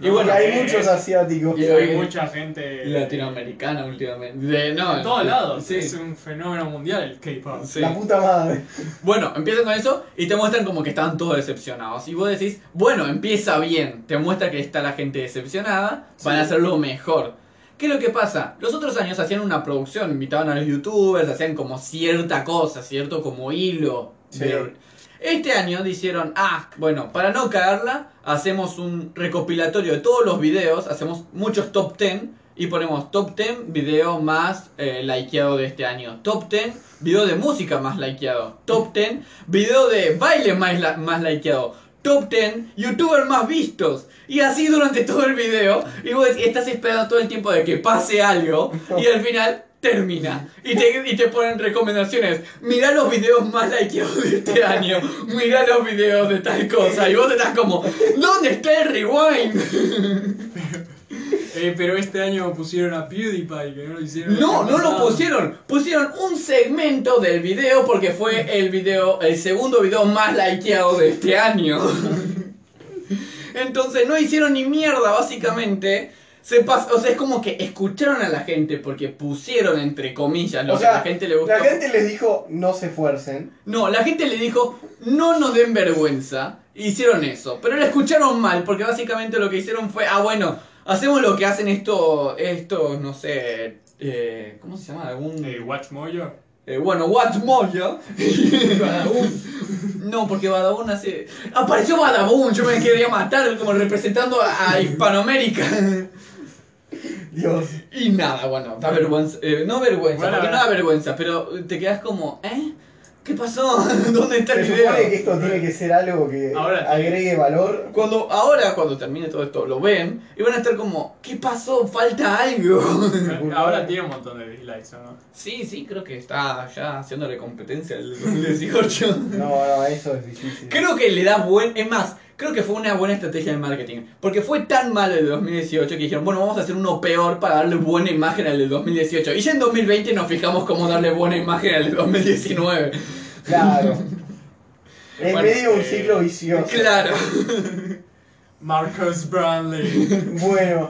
Y bueno, hay eh, muchos asiáticos. y- Hay eh, mucha gente. Latinoamericana últimamente. De- no, En todos lados. Sí. Es un fenómeno mundial el K-pop. Sí. La puta madre. Bueno, empiezan con eso y te muestran como que estaban todos decepcionados. Y vos decís, bueno, empieza bien. Te muestra que está la gente decepcionada, van a hacerlo mejor. ¿Qué es lo que pasa? Los otros años hacían una producción, invitaban a los youtubers, hacían como cierta cosa, cierto como hilo. de- Este año dijeron, ah, bueno, para no cagarla, hacemos un recopilatorio de todos los videos, hacemos muchos top 10 y ponemos top 10 video más eh, likeado de este año, top 10 video de música más likeado, top 10 video de baile más, la- más likeado, top 10 youtubers más vistos. Y así durante todo el video, y vos estás esperando todo el tiempo de que pase algo, y al final termina. Y te, y te ponen recomendaciones. Mirá los videos más likeados de este año. Mirá los videos de tal cosa. Y vos estás como, ¿dónde está el rewind? Eh, pero este año pusieron a PewDiePie, que no lo hicieron. el No, año no lo pasado. pusieron. Pusieron un segmento del video porque fue el video, el segundo video más likeado de este año. Entonces no hicieron ni mierda, básicamente. Se pas- o sea, es como que escucharon a la gente porque pusieron entre comillas lo O que sea, a la gente le gustó. La gente les dijo, no se esfuercen. No, la gente le dijo, no nos den vergüenza. e Hicieron eso. Pero lo escucharon mal, porque básicamente lo que hicieron fue, ah, bueno, hacemos lo que hacen estos, estos, no sé, eh, ¿cómo se llama? Algún... Eh, Watch Mojo. Eh, bueno, Watmoyo. no, porque Badabun hace. Apareció Badabun, yo me quería matar como representando a, a Hispanoamérica. Dios. Y nada, bueno, da vergüenza. eh, no vergüenza, Bueno, porque no ahora- da vergüenza, pero te quedas como, ¿eh? ¿Qué pasó? ¿Dónde está Se el video? supone que esto tiene que ser algo que Ahora sí. agregue valor. Cuando, ahora, cuando termine todo esto, lo ven y van a estar como, ¿qué pasó? Falta algo. Ahora tiene un montón de dislikes, ¿o no? Sí, sí, creo que está ya haciéndole competencia al 2018. No, no, eso es difícil. Creo que le da buen. Es más, creo que fue una buena estrategia de marketing. Porque fue tan malo el 2018 que dijeron, bueno, vamos a hacer uno peor para darle buena imagen al del 2018. Y ya en 2020 nos fijamos cómo darle buena imagen al del 2019. Claro. En Bueno, medio de un eh, ciclo vicioso. Claro. Marcus Brownlee. Bueno,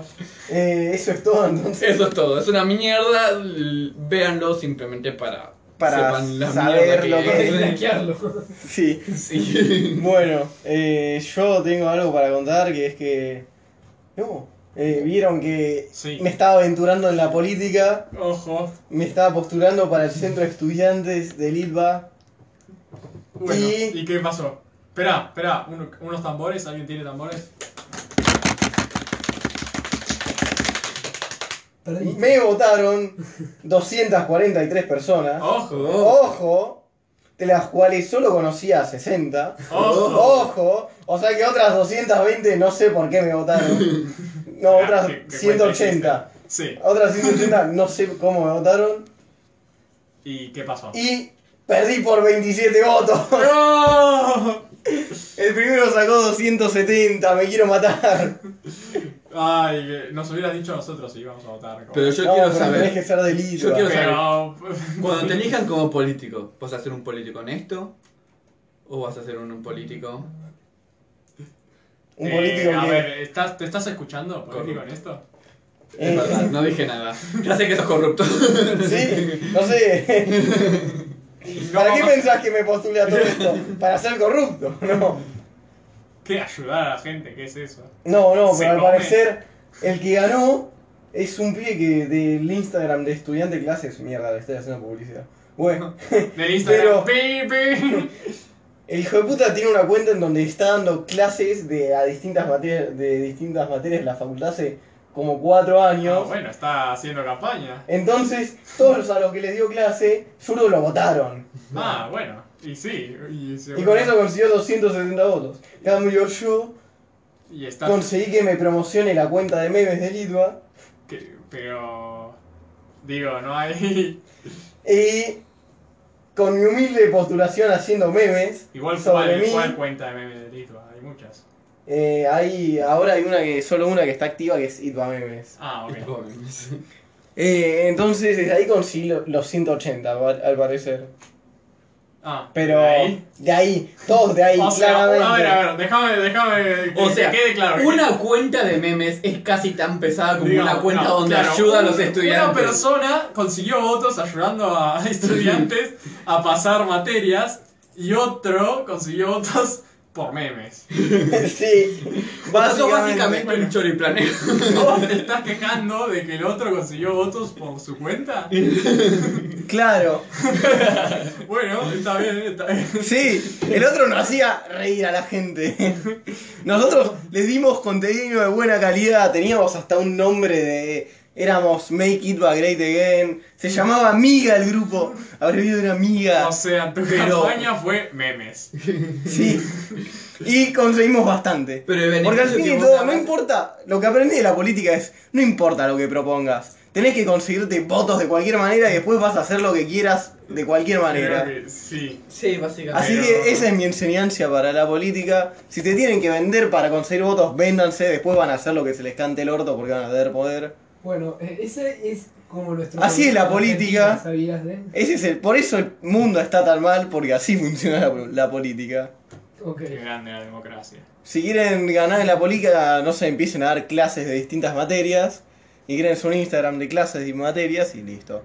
eh, eso es todo entonces. Eso es todo. Es una mierda. l- Véanlo simplemente para. Para sepan la saber mierda lo que es. es. Sí. Sí. Bueno, eh, yo tengo algo para contar que es que. No. eh, Vieron que Sí. me estaba aventurando en la política, Ojo. me estaba postulando para el centro de estudiantes del ILBA. Bueno, Y- ¿y, qué pasó? Esperá, esperá, un- unos tambores, ¿alguien tiene tambores? Me votaron 243 Ah, personas. Ojo, oh. Ah, Ojo, de las cuales solo conocía 60. ojo. Ojo, o sea que otras 220 no sé por qué me votaron. No, Ah, otras qué- qué 180. Sí, Otras 180 no sé cómo me votaron. ¿y qué pasó? Y perdí por 27 votos. pues- El primero sacó 270, me quiero matar. Ay, que nos hubieras dicho a nosotros si íbamos a votar. como- Pero yo No, quiero pero Tenés que saber. ser delito. Yo quiero saber. Pero- Cuando te elijan como político, ¿vas a ser un político honesto? ¿O vas a ser un, un político? Un Eh, político a que. ver, ¿estás, ¿te estás escuchando, político, en esto? eh, Es verdad, no dije nada. Ya sé que sos corrupto. sí, no sé. ¿Para qué No, pensás que me postulé a todo esto? Para ser corrupto, no. ¿Qué ayudar a la gente? ¿Qué es eso? No, no, Se pero al come. parecer el que ganó es un pibe que del Instagram de estudiante de clases. Mierda, le estoy haciendo publicidad. Bueno, Del Instagram. Pero- pi, pi. el hijo de puta tiene una cuenta en donde está dando clases de a distintas materias, de distintas materias de la facultad hace como cuatro años. Ah, bueno, está haciendo campaña. Entonces, todos a los que les dio clase, zurdo lo votaron. Ah, bueno. Y sí. Y, Y con eso consiguió 270 votos. Cambio yo, Y está. conseguí que me promocione la cuenta de memes de Litva. que- pero. Digo, no hay. Y con mi humilde postulación haciendo memes Igual, sobre ¿cuál, mí, cuál cuenta de memes de Litva? Hay muchas. eh, hay, ahora hay una que solo una que está activa que es Itba Memes. Ah, ok. Eh, entonces desde ahí conseguí lo- los 180 al al parecer. Ah, Pero ¿de ahí? de ahí, todos de ahí, O sea, claramente. a ver, a ver, déjame, déjame que, O sea, que quede claro. Una cuenta de memes es casi tan pesada como Digamos, una cuenta no, donde claro, ayuda a un- los estudiantes. Una persona consiguió votos ayudando a estudiantes a pasar materias y otro consiguió votos por memes. sí. Eso básicamente Bueno. un choriplanero. ¿Vos te estás quejando de que el otro consiguió votos por su cuenta? Claro. Bueno, está bien, está bien. Sí, el otro nos hacía reír a la gente. Nosotros les dimos contenido de buena calidad, teníamos hasta un nombre de... Éramos Make It Back Great Again, se llamaba Amiga el grupo, habré vivido una amiga. O sea, tu Pero- campaña fue memes. Sí. Y conseguimos bastante. Pero el beneficio Porque al fin que y vos todo, no ganás- importa, lo que aprendí de la política es, no importa lo que propongas. Tenés que conseguirte votos de cualquier manera y después vas a hacer lo que quieras de cualquier manera. Creo que sí. Sí, básicamente. Así pero- que esa es mi enseñanza para la política. Si te tienen que vender para conseguir votos, véndanse, después van a hacer lo que se les cante el orto porque van a tener poder. Bueno, eh, ese es como nuestro. Así es la Argentina, política. ¿Sabías de? Ese es el, por eso el mundo está tan mal, porque así funciona la, la política. Ok. Qué grande la democracia. Si quieren ganar en la política, no se empiecen a dar clases de distintas materias. Y creen un Instagram de clases y materias y listo.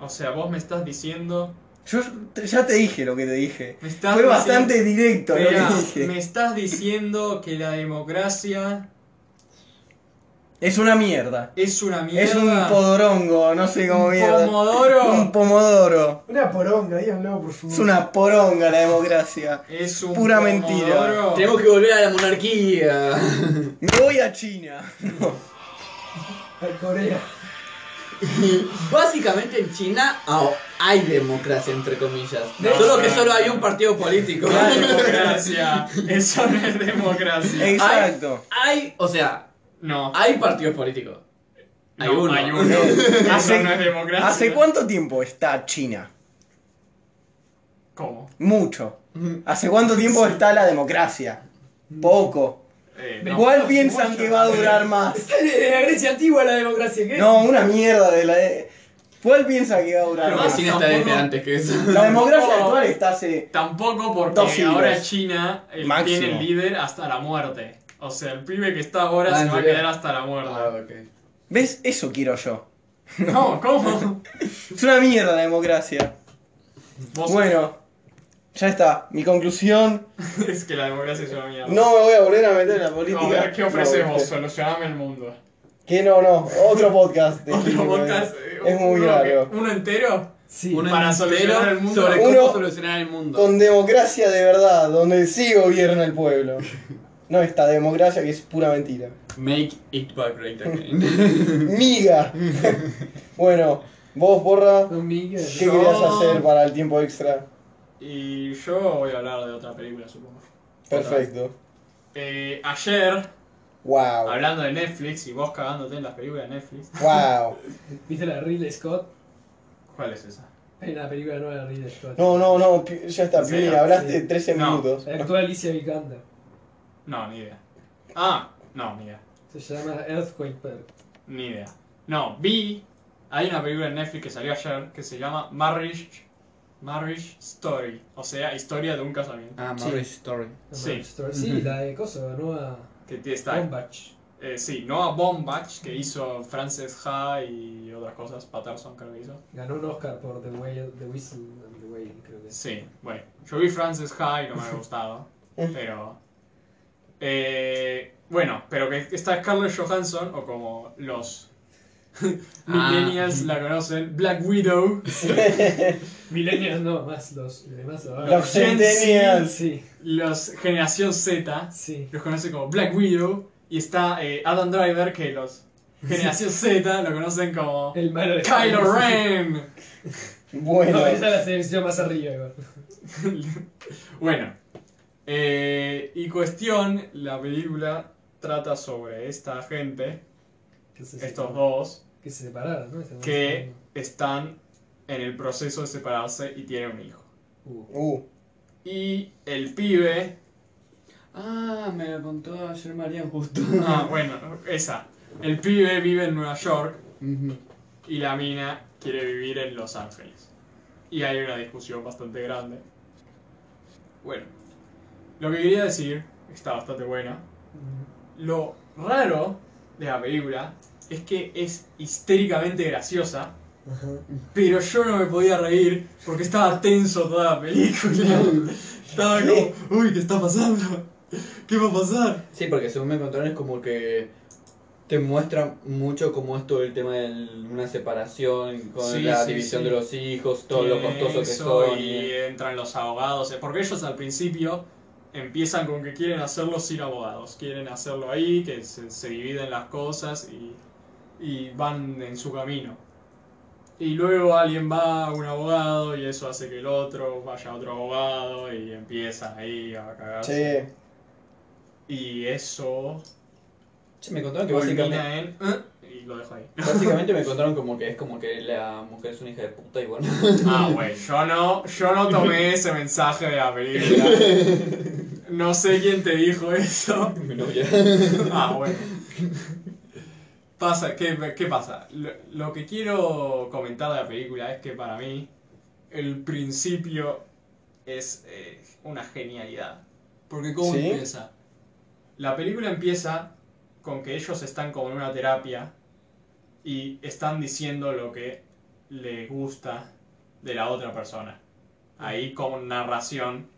O sea, vos me estás diciendo. Yo te- ya te dije lo que te dije. Ah, Me estás Fue diciendo- bastante directo lo Espera, que dije. me estás diciendo que la democracia Es una mierda. es una mierda. Es un podorongo, no sé cómo ¿Un mierda. pomodoro? Un pomodoro. Una poronga, díganlo, por favor. Es una poronga la democracia. Es un Pura mentira. pomodoro. Tenemos que volver a la monarquía. Me voy a China. A Corea. Básicamente en China ah, hay democracia, entre comillas. No, solo no, que no. solo hay un partido político. No es democracia. Eso no es Eh, democracia. Exacto. Hay, o sea, No. hay partidos políticos. Ah, Hay no, uno. Hay uno. Eso no es democracia. ¿Hace cuánto tiempo está China? ¿Cómo? Mucho. ¿Hace cuánto tiempo está la democracia? Poco. Eh, no. ¿Cuál piensan que va a durar más? De la Grecia antigua la democracia, ¿qué? No, una mierda de la... de- ¿Cuál piensa que va a durar Creo que más? China está desde Tampoco- antes que eso. La democracia actual está hace... Tampoco porque Dos siglos. ahora China eh, Máximo. tiene el líder hasta la muerte. O sea, el pibe que está ahora Ah, se ¿en va a serio? quedar hasta la muerte. Ah, ok. ¿Ves? Eso quiero yo. No, ¿cómo? Es una mierda la democracia. Vos- Bueno, ya está. Mi conclusión... Es que la democracia es una mierda. No me voy a volver a meter en la política. A ver, ¿qué No, ofrecemos? este- Solucioname el mundo. Que no, no. Otro podcast. de Otro Quilmes. podcast. eh, Es muy uno largo. que- ¿Uno entero? Sí. Uno Para entero solucionar el mundo. sobre cómo Uno- solucionar el mundo. Con democracia de verdad, donde sí gobierna el pueblo. No esta democracia que es pura mentira. Make it back right again. Miga. Bueno, vos, Borra, Don Miguel. ¿qué Yo- querías hacer para el tiempo extra? Y yo voy a hablar de otra película, supongo. Perfecto. Eh, ayer, Wow. hablando de Netflix y vos cagándote en las películas de Netflix. Wow. ¿Viste la de Ridley Scott? ¿Cuál es esa? Hay una película nueva de Ridley Scott. No, no, no. pi- Ya está, ¿En Pini, serio? hablaste Sí. 13 No. minutos. Actúa Alicia Vikander. No, ni idea. Ah, no, ni idea. Se llama Earthquake Perk. Ni idea. No, vi. Hay una película en Netflix que salió ayer que se llama Marriage, Marriage Story. O sea, historia de un casamiento. ah, Marriage Story. Sí. Sí, la de Coso, la nueva. Que t- está Bombach. Eh, sí, Noah Bombach, que hizo Frances Ha y otras cosas, Patterson creo que hizo. Ganó un Oscar por The, Whale, The Whistle and The Whale, creo que es. Sí, bueno, yo vi Frances Ha y no me ha gustado, pero... eh, bueno, pero que está Scarlett Johansson, o como los millennials la conocen, Black Widow, Millennials no, más los demás ahora. Los centennials. Sí, los generación Z, sí. los conoce como Black Widow, y está eh, Adam Driver, que los generación Z lo conocen como El malo de Kylo Ren. No, Bueno. esa es la selección más arriba igual. Bueno, eh, y cuestión, la película trata sobre esta gente, Que se, estos dos, que se separaron, ¿no? Esa no que es- están en el proceso de separarse y tienen un hijo. Uh, Uh, Y el pibe, Ah, me lo contó ayer María justo. ah, bueno, esa, el pibe vive en Nueva York Ujú. y la mina quiere vivir en Los Ángeles. Y hay una discusión bastante grande. Bueno, lo que quería decir está bastante buena. Lo raro de la película es que es histéricamente graciosa, pero yo no me podía reír porque estaba tenso toda la película. estaba como, uy, ¿qué está pasando? ¿Qué va a pasar? Sí, porque según me contaron es como que te muestra mucho como es todo el tema de una separación, con Sí, la sí, división sí. de los hijos, todo lo costoso que Eh, Eso, son. Y entran los abogados, eh, porque ellos al principio empiezan con que quieren hacerlo sin abogados, quieren hacerlo ahí, que se, se dividen las cosas y, y van en su camino. Y luego alguien va, un abogado, y eso hace que el otro vaya a otro abogado y empiezan ahí a cagarse. Che, Y eso Sí, me contaron que básicamente, termina en... "Eh", Y lo dejo ahí. básicamente me contaron como que es como que la mujer es una hija de puta y bueno. Ah, güey, yo no, yo no tomé ese mensaje de la película. No sé quién te dijo eso. mi novia. Ah, bueno. Pasa, ¿qué, qué pasa? Lo, lo que quiero comentar de la película es que para mí el principio es eh, una genialidad. Porque ¿cómo ¿Sí? empieza? La película empieza con que ellos están como en una terapia y están diciendo lo que les gusta de la otra persona. Ahí con narración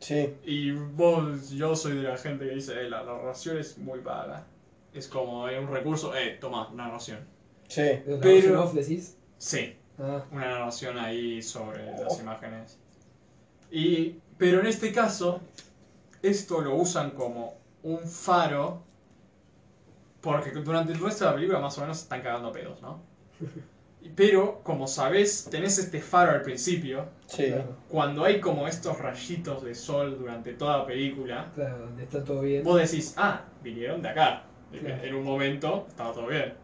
sí. y vos, yo soy de la gente que dice, "Eh, la narración es muy vaga. Es como eh, un recurso, eh, toma, narración. Sí. Pero- off decís? Sí, Ah. una narración ahí sobre las imágenes. Y, pero en este caso, esto lo usan como un faro, porque durante el resto de la película más o menos se están cagando pedos, ¿no? Y- Pero, como sabés, tenés este faro al principio, Sí. cuando hay como estos rayitos de sol durante toda la película, Claro, donde está todo bien. Vos decís, ah, vinieron de acá. De que Claro. En un momento estaba todo bien.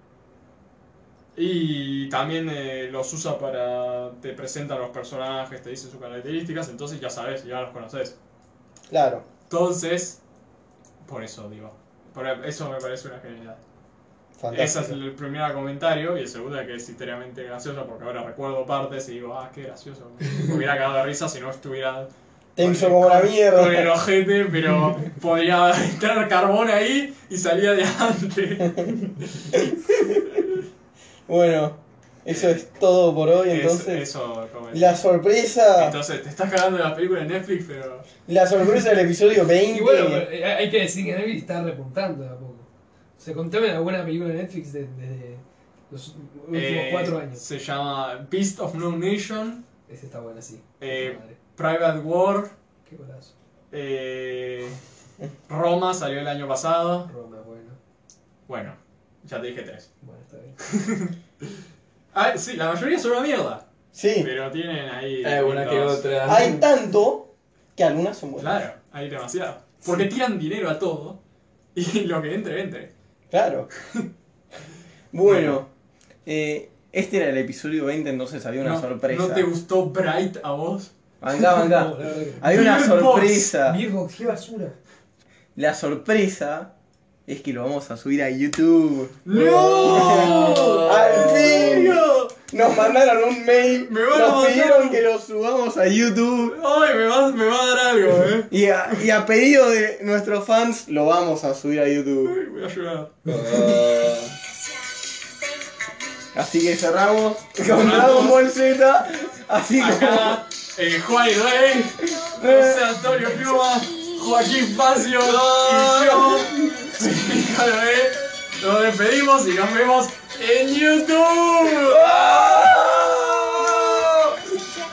Y también eh, los usa para. te presentan los personajes, te dicen sus características, entonces ya sabes, ya los conoces. Claro. Entonces, por eso digo. Por eso me parece una genialidad. Ese es Fantástico. el primer comentario y el segundo es que es enteramente gracioso porque ahora recuerdo partes y digo, ah, qué gracioso. Me hubiera cagado de risa si no estuviera Tenso como la con el mierda. ojete, pero podría entrar carbón ahí y salía de antes. Bueno, eso es todo por hoy entonces. Eso, como es. La sorpresa. Entonces, te estás cagando de las películas de Netflix, pero. La sorpresa del episodio 20. Y bueno, pero, eh, hay que decir que Netflix está repuntando de a poco. O sea, contame alguna película de Netflix de- desde los últimos eh, cuatro años. Se llama Beast of No Nation, Esa está buena, sí. Eh, Madre, Private War, qué golazo. eh, Roma salió el año pasado. Roma, bueno. Bueno, ya te dije tres. Bueno, está bien. Ah, sí, la mayoría son una mierda, Sí. pero tienen ahí. Ah, Eh, una que lindos- otra. Hay tanto que algunas son buenas. Claro, hay demasiado. Porque tiran dinero a todo y lo que entre, entre. Claro. Bueno, eh, este era el episodio 20, entonces había una no, sorpresa. ¿No te gustó Bright a vos? Manga, No, manga. la verdad que no. Había una Beer Box. ah. sorpresa. Virgo, qué basura. La sorpresa es que lo vamos a subir a YouTube. ¡No! ¡Al ¿En fin! serio? Nos mandaron un mail. Me van a nos mandar pidieron un- que lo subamos a YouTube. Ay, me va, me va a dar algo, eh. Y a, y a pedido de nuestros fans, lo vamos a subir a YouTube. Ay, voy a llorar. Así que cerramos con Dragon Ball Z. Así como. Acá, eh, Juan y Rey, José Antonio Piuma, Joaquín Facio y yo, Federico Noé. Nos despedimos y nos vemos en YouTube.